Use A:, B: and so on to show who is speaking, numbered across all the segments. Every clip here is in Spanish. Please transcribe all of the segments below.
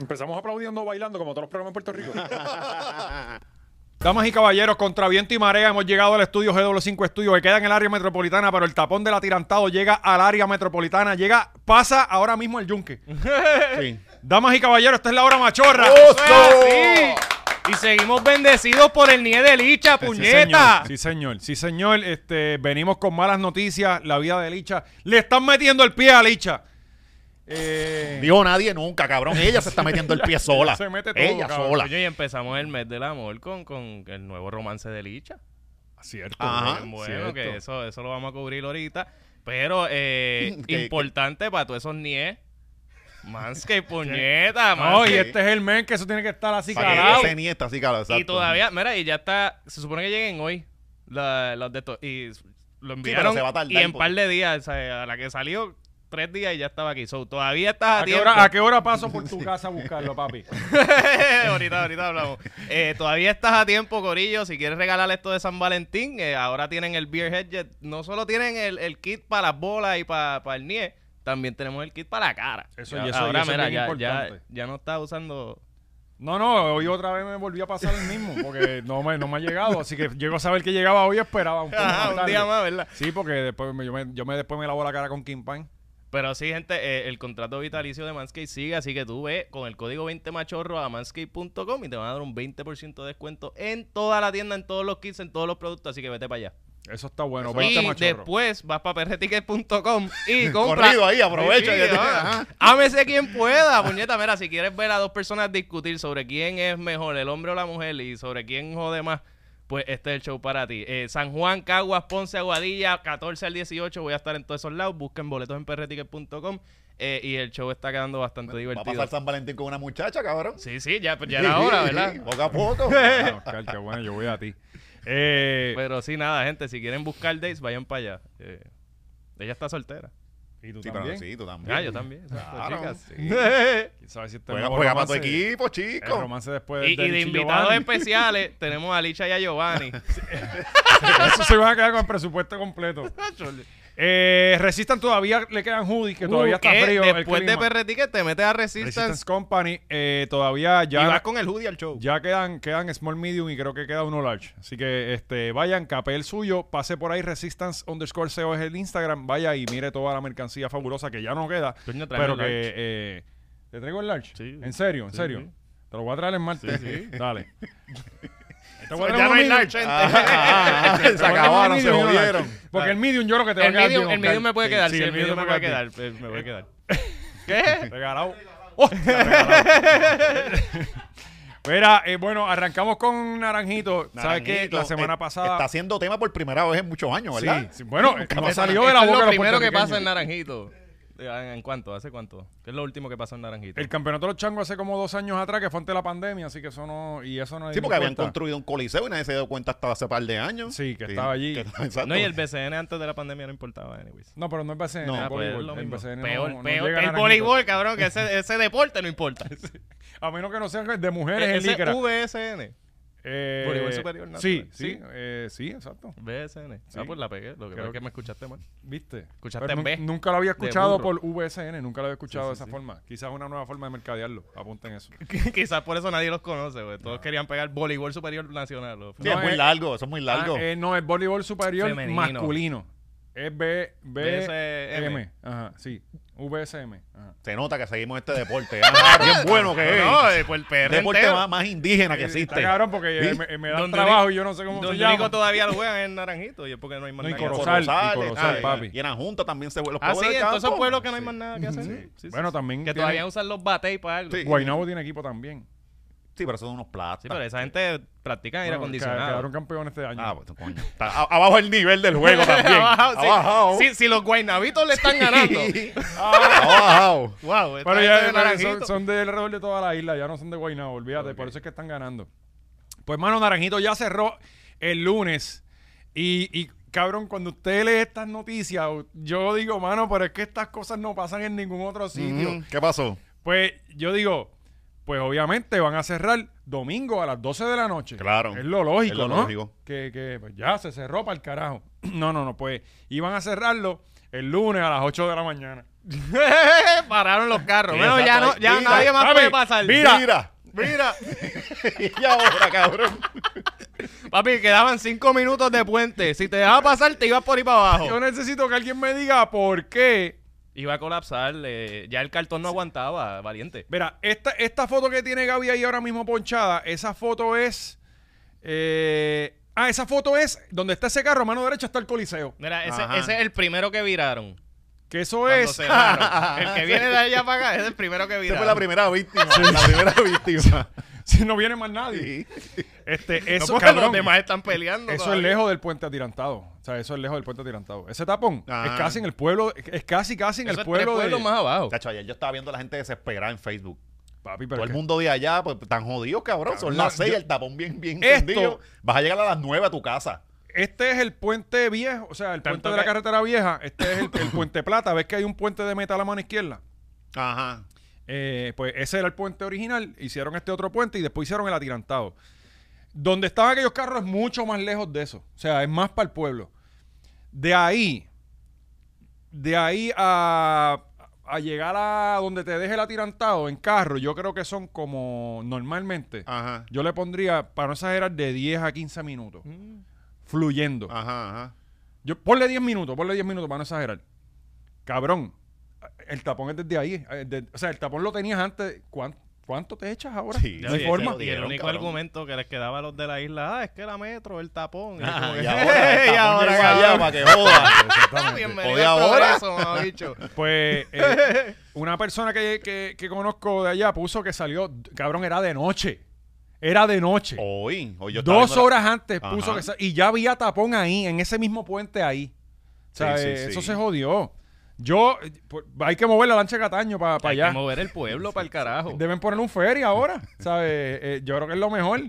A: Empezamos aplaudiendo, bailando, como todos los programas en Puerto Rico. Damas y caballeros, contra viento y marea, hemos llegado al estudio GW5 Estudio, que queda en el área metropolitana, pero el tapón del atirantado llega al área metropolitana, llega, pasa ahora mismo el yunque.
B: Sí.
A: Damas y caballeros, esta es la hora machorra.
B: ¡Oso!
C: Y seguimos bendecidos por el nie de Licha, puñeta.
A: Sí, señor. Sí, señor. Sí, señor. Este, venimos con malas noticias. La vida de Licha. Le están metiendo el pie a Licha. Eh,
B: Digo nadie nunca, cabrón. Ella se está metiendo el pie sola.
A: se mete todo,
B: Ella
A: cabrón.
B: sola.
C: Coño, y empezamos el mes del amor con, con el nuevo romance de Licha.
A: cierto.
B: Ajá,
A: bien,
C: bueno,
A: Ah, cierto.
C: que eso, eso lo vamos a cubrir ahorita. Pero eh,
B: Que-
C: importante para todos esos nie. Manscape, puñeta,
A: No, y
C: Manscaped.
A: este es el men que eso tiene que estar así,
B: Para que
A: carajo.
B: ella se nieta, sí, claro, exacto.
C: Y todavía, mira, y ya está. Se supone que lleguen hoy la- los de estos. Y lo
B: pero
C: enviaron.
B: se va a tardar,
C: y en
B: porque-
C: par de días, o sea, a la que salió, tres días y ya estaba aquí. So, todavía estás a,
A: ¿A qué,
C: tiempo.
A: hora, a qué hora paso por tu casa a buscarlo, papi?
C: ahorita, ahorita hablamos. Eh, todavía estás a tiempo, Corillo. Si quieres regalar esto de San Valentín, eh, ahora tienen el Beer Headjet. No solo tienen el, el kit para las bolas y para, para el nie, también tenemos el kit para la cara.
A: Eso- y eso- y eso es bien
C: ya, ya,
A: importante.
C: ya no estás usando.
A: No, no, hoy otra vez me volvió a pasar el mismo, porque no me, no me ha llegado. Así que llego a saber que llegaba hoy, esperaba Ah, un poco más
C: Ajá, Ah, un día
A: tarde.
C: más, ¿verdad?
A: Sí, porque después me- yo, me, yo me- después me lavo la cara con Kim Pan.
C: Pero sí, gente, eh, el contrato vitalicio de Manscaped sigue, así que tú ve con el código 20machorro a manscaped.com y te van a dar un 20% de descuento en toda la tienda, en todos los kits, en todos los productos, así que vete para allá.
A: Eso está bueno.
C: y
A: 20 machorros.
C: después vas para prticket.com y compra...
B: Corrido ahí, aprovecha.
C: Sí,
B: que-
C: ah,
B: Ajá.
C: ámese quien pueda, puñeta. Mira, si quieres ver a dos personas discutir sobre quién es mejor, el hombre o la mujer, y sobre quién jode más, pues este es el show para ti. Eh, San Juan, Caguas, Ponce, Aguadilla, 14 al 18. Voy a estar en todos esos lados. Busquen boletos en prticket.com eh, y el show está quedando bastante
B: Va a
C: divertido.
B: pasar San Valentín con una muchacha, cabrón.
C: Sí, sí, ya, ya era hora, ¿verdad?
B: Poco a poco.
A: Ah, Oscar, qué bueno, yo voy a ti. Eh,
C: Pero sí, nada, gente, si quieren buscar dates, vayan para allá. Eh, ella está soltera.
A: ¿Y tú
B: Sí, pero
A: también?
B: no, sí, tú también.
C: Ah, yo también. exacto,
B: Claro.
C: chicas, sí.
A: ¿Quién sabe si este
B: Juega,
A: nuevo
B: juega para tu
A: romance-
B: equipo,
A: El
B: chico.
A: romance después
C: Y, y
A: del
C: de
A: Chi
C: invitados
A: Giovanni.
C: especiales tenemos a Licha y a Giovanni.
A: Eso se van a quedar con el presupuesto completo. Eh, Resistan todavía, le quedan hoodies que todavía
C: Uh,
A: está
C: que
A: frío. el
C: Después de
A: clima.
C: Perretique te metes a Resistance,
A: Resistance Company, eh, todavía
C: y vas
A: ya,
C: con el hoodie al show.
A: ya quedan, quedan small, medium y creo que queda uno large. Así que este, vayan, capé el suyo, pase por ahí, Resistance underscore CO es el Instagram, vaya y mire toda la mercancía fabulosa que ya no queda.
C: Coño, tráeme
A: Pero
C: el
A: que
C: large.
A: eh, te traigo el large.
C: Sí.
A: En serio, en serio.
C: sí.
A: Te lo voy a traer el martes. Dale. Te voy a traer un
C: Pues Ya no hay
A: medium.
C: large, gente.
B: Ah, ah, ah,
A: Te
B: se
A: voy a traer un
B: acabaron, se
A: medium y un large.
B: jodieron.
A: Porque el medium yo creo que te va a
C: El
A: quedar
C: medium,
A: bien,
C: el medium
A: Oscar.
C: me puede quedar,
A: Sí,
C: sí, el medium me puede
A: bien.
C: quedar. eh, Me puede quedar. ¿Qué?
A: Regalado. Regalado. Mira, eh, bueno, arrancamos con Naranjito. ¿Sabes qué?
B: Naranjito,
A: La semana
B: eh,
A: pasada.
B: Está haciendo tema por primera vez en muchos años,
A: Sí,
B: ¿verdad?
A: sí, bueno, eh, no
C: Esto-
A: salió de la
C: esto
A: boca de
C: es lo
A: los
C: primero que pasa en
A: puertorriqueños.
C: Naranjito. Eh, ¿En cuánto? ¿Hace cuánto? ¿Qué es lo último que pasó en Naranjito?
A: El campeonato de los changos hace como dos años atrás, que fue antes de la pandemia, así que eso no. Y eso no
B: Sí, porque habían
A: importa.
B: construido un coliseo y nadie se dio cuenta hasta hace par de años.
A: Sí, que estaba allí.
B: que estaba- exacto.
C: No, y el BCN antes de la pandemia no importaba, anyways.
A: No, pero no es BCN,
B: No,
A: es
C: Ah, pues,
A: voleibol.
C: lo
A: El
C: mismo.
A: BCN no-
C: peor,
A: no
C: peor.
A: llega a
C: el
A: Naranjito.
C: voleibol, cabrón, que ese, ese deporte no importa.
A: A menos que no sea de mujeres en
C: Ese
A: licra.
C: VSN.
A: Eh,
C: voleibol superior natural.
A: Sí, sí,
C: Sí.
A: eh, sí, exacto.
C: VSN.
A: Sí.
C: Ah, pues la pegué. Lo que
A: Creo
C: pasa es que
A: que-
C: me escuchaste mal.
A: ¿Viste?
C: Escuchaste
A: Pero nu-
C: en B,
A: Nunca lo había escuchado
C: burro.
A: por VSN, nunca lo había escuchado
C: Sí,
A: de
C: sí,
A: esa
C: sí.
A: forma. Quizás una nueva forma de mercadearlo. Apunten eso.
C: Quizás por eso nadie los conoce, güey. Todos querían pegar voleibol superior nacional. o-
B: Sí,
A: No,
B: es muy
A: eh,
B: largo, eso es muy largo.
A: Ah, eh, no, es voleibol superior
C: Femenino.
A: masculino. Es B,
C: BSM.
A: M. Ajá, sí. VSM. Ajá.
B: se nota que seguimos este deporte. Ah, bien bueno que es.
C: No, eh, pues el
B: el
C: PR
B: deporte
C: entero.
B: más, más indígena que
A: Está
B: existe.
A: cabrón porque eh,
B: ¿Sí?
A: me, me dan
C: Donde
A: trabajo
C: único-
A: y yo no sé cómo se
C: Donde
A: llama.
C: único todavía lo juegan es en Naranjito y es porque no hay más
A: No, y
C: nada que hacer.
A: Corozal, y
B: Corozal,
A: Corozal,
B: ah,
A: papi.
B: Y en Junta también se los
C: Ah, sí,
B: pueblos del
C: en todos esos
B: campo.
C: pueblos que no hay
B: Sí.
C: más nada que hacer. Sí, sí,
A: Bueno,
C: sí.
A: también
C: Que
A: tiene-
C: todavía usan los batey para algo.
B: Sí.
C: Sí,
A: Guaynabo tiene equipo también.
B: Sí, pero eso son unos platos.
C: pero esa gente practica aire
A: Bueno, que-
C: acondicionado.
A: Quedaron campeones este año.
B: Ah, pues, coño. Está a- abajo el nivel del juego también.
C: Ha bajado, sí.
B: Abajo.
C: Sí, si los guaynabitos le están ganando.
B: Abajo.
C: Wow, esta
A: Pero
C: gente
A: ya
C: de
A: pero
C: Naranjito.
A: son, son de alrededor de toda la isla, ya no son de Guaynabo, olvídate, por eso es que están ganando. Pues mano, Naranjito ya cerró el lunes y, y, cabrón, cuando usted lee estas noticias, yo digo, mano, pero es que estas cosas no pasan en ningún otro sitio.
B: Mm, ¿Qué pasó?
A: Pues yo digo, pues obviamente van a cerrar domingo a las 12 de la noche.
B: Claro.
A: Es lo lógico,
B: Es lo
A: ¿no?
B: lógico.
A: Que, que pues, ya se cerró para el carajo. No, no, no, pues iban a cerrarlo el lunes a las 8 de la mañana.
C: Pararon los carros.
B: Sí,
C: Bueno, ya
B: exacto.
C: no, ya
B: Mira,
C: nadie más
A: papi,
C: puede pasar.
A: mira.
B: Mira, mira. y ahora, cabrón.
C: Papi, quedaban cinco minutos de puente. Si te dejaba pasar, te ibas por ahí para
A: Yo
C: abajo.
A: necesito que alguien me diga por qué.
C: Iba a colapsar. eh, ya el cartón no aguantaba, valiente.
A: Mira, esta, esta foto que tiene Gaby ahí ahora mismo ponchada, esa foto es. eh, ah, esa foto es donde está ese carro, a mano derecha está el Coliseo.
C: Mira, ese,
B: Ajá.
C: ese es el primero que viraron.
A: Que eso
C: Cuando
A: es.
C: cerraron. el que viene de allá para acá es el primero que
B: Esa
C: viraron.
B: fue la primera víctima. La primera víctima.
A: Si no viene más nadie.
B: Sí.
A: Este,
C: No,
A: eso,
C: porque
A: cabrón,
C: los demás están peleando.
A: eso es
C: todavía.
A: lejos del puente atirantado. O sea, eso es lejos del puente atirantado. Ese tapón es
B: Ajá.
A: casi en el pueblo. Es casi, casi en
C: Ah. Eso
A: el
C: es tres
A: pueblo de.
C: pueblos más abajo.
B: Chacho, ayer yo estaba viendo a la gente desesperada en Facebook.
A: Papi, pero
B: Todo
A: es
B: el
A: que-
B: mundo de allá, pues tan jodidos, cabrón. Son
A: No,
B: las seis,
A: yo-
B: el tapón bien, bien
A: Esto-
B: encendido. Vas a llegar a las nueve a tu casa.
A: Este es el puente viejo, o sea, el
C: Tanto
A: puente de la
C: que-
A: carretera vieja. Este es el, el puente plata. ¿Ves que hay un puente de metal a mano izquierda?
B: Ajá.
A: Eh, pues ese era el puente original. Hicieron este otro puente y después hicieron el atirantado. Donde estaban aquellos carros es mucho más lejos de eso. O sea, es más para el pueblo. De ahí, de ahí a, a llegar a donde te deje el atirantado en carro, yo creo que son como normalmente.
B: Ajá.
A: Yo le pondría, para no exagerar, de 10 a 15 minutos.
C: Mm.
A: Fluyendo.
B: Ajá, ajá.
A: Yo, ponle 10 minutos, ponle 10 minutos para no exagerar. Cabrón, el tapón es desde ahí. eh, de- o sea, el tapón lo tenías antes. ¿Cuán- ¿Cuánto, te echas ahora?
B: Sí,
A: no
C: Ya,
A: hay
C: oye,
A: forma.
C: ese- Y el
B: Dieron,
C: único
B: cabrón.
C: argumento que les quedaba a los de la isla, ah, es que la metro, el tapón. Y
B: Ajá,
C: como que,
B: Y ahora, el
C: y
B: tapón
C: ahora,
B: llegó allá
C: cabrón.
B: para que joda.
C: Bienvenido
B: Oye,
C: al
B: ahora.
C: progreso, mamabicho.
A: Pues eh, una persona que, que- que conozco de allá puso que salió, cabrón, era de noche. Era de noche.
B: Hoy, hoy Oh, yo estaba
A: Dos
B: viendo la-
A: horas antes
B: Ajá.
A: puso que sa- y ya había tapón ahí, en ese mismo puente ahí. O sea,
B: Sí, sí,
A: eh,
B: sí.
A: eso se jodió. Yo, eh, por- hay que mover la lancha de Cataño para
C: Hay
A: allá.
C: que mover el pueblo para el carajo.
A: Deben poner un ferry ahora, ¿sabes? Eh, yo creo que es lo mejor.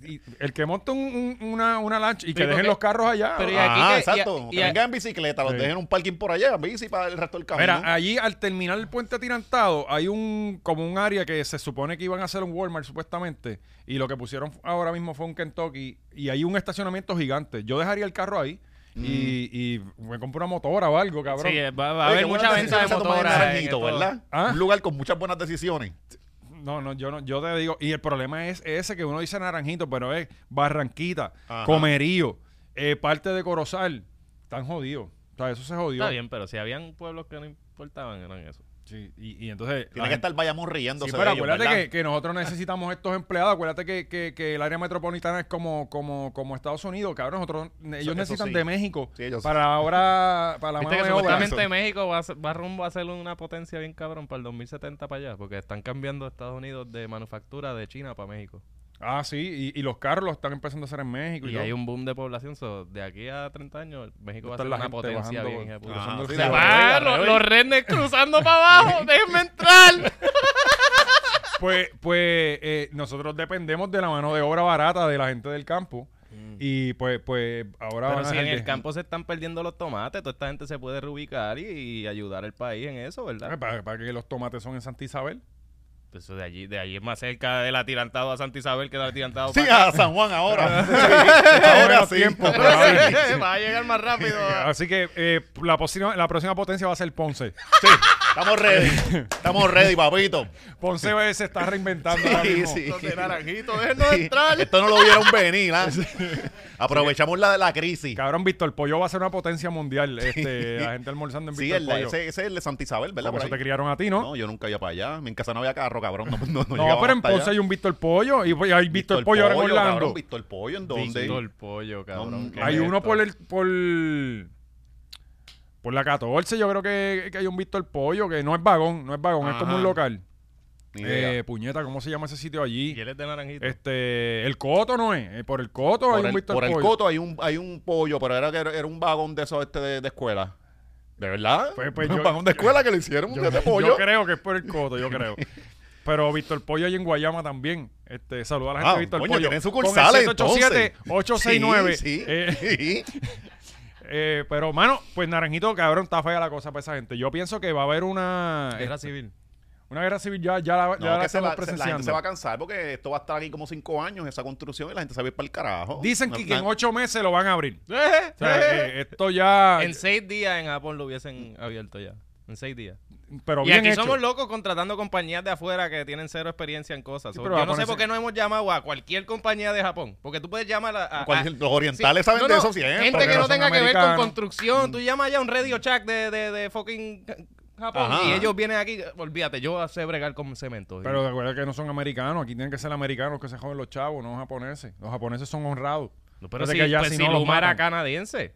A: Y el que monte un- un- una, una lancha y que dejen
C: porque-
A: los carros allá.
C: pero
A: Ah,
C: y aquí
B: Ajá,
C: que-
B: exacto.
C: y-
B: que
C: y-
B: vengan en bicicleta, los
A: Sí.
B: dejen en un parking por allá, en bici para el resto del camino.
C: ah,
A: Mira, allí al terminar el puente atirantado hay un como un área que se supone que iban a hacer un Walmart supuestamente y lo que pusieron ahora mismo fue un Kentucky y hay un estacionamiento gigante. Yo dejaría el carro ahí y, y me compro una motora o algo, cabrón.
C: Mm. Sí, va, va a
B: Oye,
C: haber
B: qué buenas
C: mucha venta de
B: decisiones se toman en
C: motoras. en
B: Naranjito,
C: esto.
B: ¿verdad?
A: Ah.
B: Un lugar con muchas buenas decisiones.
A: No, no, yo no, yo te digo, y el problema es ese que uno dice naranjito, pero es Barranquita,
B: Ajá.
A: Comerío, eh, parte de Corozal, están jodidos. O sea, eso se jodió.
C: Está bien, pero si habían pueblos que no importaban, eran eso.
A: Sí, y, y entonces.
B: Tiene
A: la
B: que
A: gente-
B: estar Bayamón riéndose
A: Sí,
B: de
A: pero
B: ellos,
A: acuérdate
B: ¿verdad?
A: que, que nosotros necesitamos estos empleados. Acuérdate que, que- que el área metropolitana es como, como, como Estados Unidos, cabrón. Nosotros, ellos
B: eso
A: necesitan
B: sí.
A: de México
B: Sí, ellos-
A: para ahora, para la
C: Viste
A: mano
C: que
A: de obra.
C: supuestamente México va, a ser- va rumbo a ser una potencia bien cabrón para el 2070 para allá, porque están cambiando Estados Unidos de manufactura de China para México.
A: Ah, sí, y, y los carros los están empezando a hacer en México. Y,
C: Y
A: todo.
C: hay un boom de población, so, de aquí a 30 años México va a
A: Está
C: ser
A: la
C: una
A: gente
C: potencia
A: bajando,
C: bien hija de puta.
A: cruzando el
B: Ajá, Ah, sí,
A: río.
B: la
A: Va.
C: Va, lo- los renes cruzando para abajo, déjenme entrar.
A: Pues, pues eh, nosotros dependemos de la mano de obra barata de la gente del campo.
B: Mm.
A: Y pues, pues ahora
C: Pero
A: van a
C: si en
A: dejar
C: el
A: de-
C: campo se están perdiendo los tomates, toda esta gente se puede reubicar y, y ayudar al país en eso,
A: Ah,
C: ¿verdad?
A: Para, para que los tomates son en Santa Isabel.
C: Pues eso de allí, de allí es más cerca del atirantado a Santa Isabel que del atirantado
B: Sí,
C: para
B: a San Juan ahora. Sí,
A: Ahora
B: ahora sí.
A: tiempo, pero ahora-
C: Va a llegar más rápido.
A: Así que eh, la, próxima, la próxima potencia va a ser Ponce.
B: Sí, estamos ready. Estamos ready, papito.
A: Ponce eh, se está reinventando. ahora
B: Sí,
A: mismo.
B: sí.
C: naranjito, déjenos
B: Sí, Esto no lo vieron venir, ¿ah? Aprovechamos la de la crisis.
A: Cabrón, Víctor Pollo va a ser una potencia mundial. Este, la gente almorzando en
B: Sí,
A: Víctor
B: el,
A: Pollo.
B: ese, ese es el de Santa Isabel, ¿verdad?
A: Como
B: Por
A: eso te
B: ahí.
A: criaron a ti, ¿no?
B: No, yo nunca iba para allá. En casa no había carro, cabrón. No, no, no
A: No,
B: llegábamos
A: pero en
B: hasta
A: Ponce
B: allá.
A: hay un Víctor Pollo y pues, hay Víctor, Pollo ahora en Orlando.
B: cabrón, Víctor Pollo, ¿en dónde?
C: Víctor Pollo, cabrón.
B: Mm,
C: ¿qué
A: hay
C: es
A: uno
C: esto?
A: por el por por la 14, yo creo que, que hay un Víctor Pollo que no es vagón, no es vagón, es como
B: Ajá.
A: un local.
B: Ni idea.
A: Eh, puñeta, ¿cómo se llama ese sitio
C: Y
A: allí?
C: él es de naranjito.
A: Este, el Coto no es, Eh, por el Coto hay
B: por
A: un
B: el,
A: Víctor
B: por el
A: Pollo.
B: coto hay un, hay un pollo, pero era, que era era un vagón de esos este de, de escuela. ¿De verdad?
A: Pues- pues
B: un
A: yo-
B: vagón de escuela que le hicieron un
A: Yo,
B: día de
A: yo
B: pollo.
A: creo que es por el Coto, yo creo. Pero Víctor Pollo hay en Guayama también. Este, saluda a la gente
B: Ah,
A: de Víctor
B: coño,
A: Pollo.
B: tienen
A: Con el
B: sucursales,
A: 787
B: entonces.
A: 869
B: Sí, sí,
A: Eh,
B: sí.
A: Eh, pero, mano, pues Naranjito, cabrón, está fea la cosa para esa gente. Yo pienso que va a haber una.
C: Ah, Guerra
A: eh,
C: civil.
A: Una guerra civil ya, ya la,
B: No,
A: ya la
B: que
A: estamos
B: se va- se- la gente
A: presenciando.
B: se va a cansar porque esto va a estar aquí como cinco años, esa construcción, y la gente se va a ir para el carajo.
A: Dicen que,
B: No,
A: que en
B: no-
A: ocho meses lo van a abrir.
C: Eh,
A: O sea,
C: eh.
A: eh, esto ya.
C: En seis días en Japón lo hubiesen abierto ya. En seis días.
A: Pero
C: Y
A: bien
C: aquí
A: hecho.
C: somos locos contratando compañías de afuera que tienen cero experiencia en cosas.
A: Sí,
C: So,
A: pero
C: yo no
A: japonés-
C: sé por qué no hemos llamado a cualquier compañía de Japón. Porque tú puedes llamar a... a-
B: Cual-
C: a-
B: los orientales saben
C: No,
B: de
C: no,
B: eso ¿eh? siempre.
C: Gente
A: porque
C: que
A: Ah, no
C: no,
A: son
C: tenga que ver con
A: americanos.
C: construcción. Tú llamas ya a un radio shack de, de, de fucking Japón
B: Ajá.
C: y ellos vienen aquí. Olvídate, yo sé bregar con cemento.
A: Pero de acuerdo que no son americanos, aquí tienen que ser americanos que se joden los chavos, no japoneses. Los japoneses son honrados.
C: No, pero
A: Parece
C: si,
A: que allá
C: pues,
A: si
C: si
A: no los
C: Lumar era
A: matan.
C: canadiense.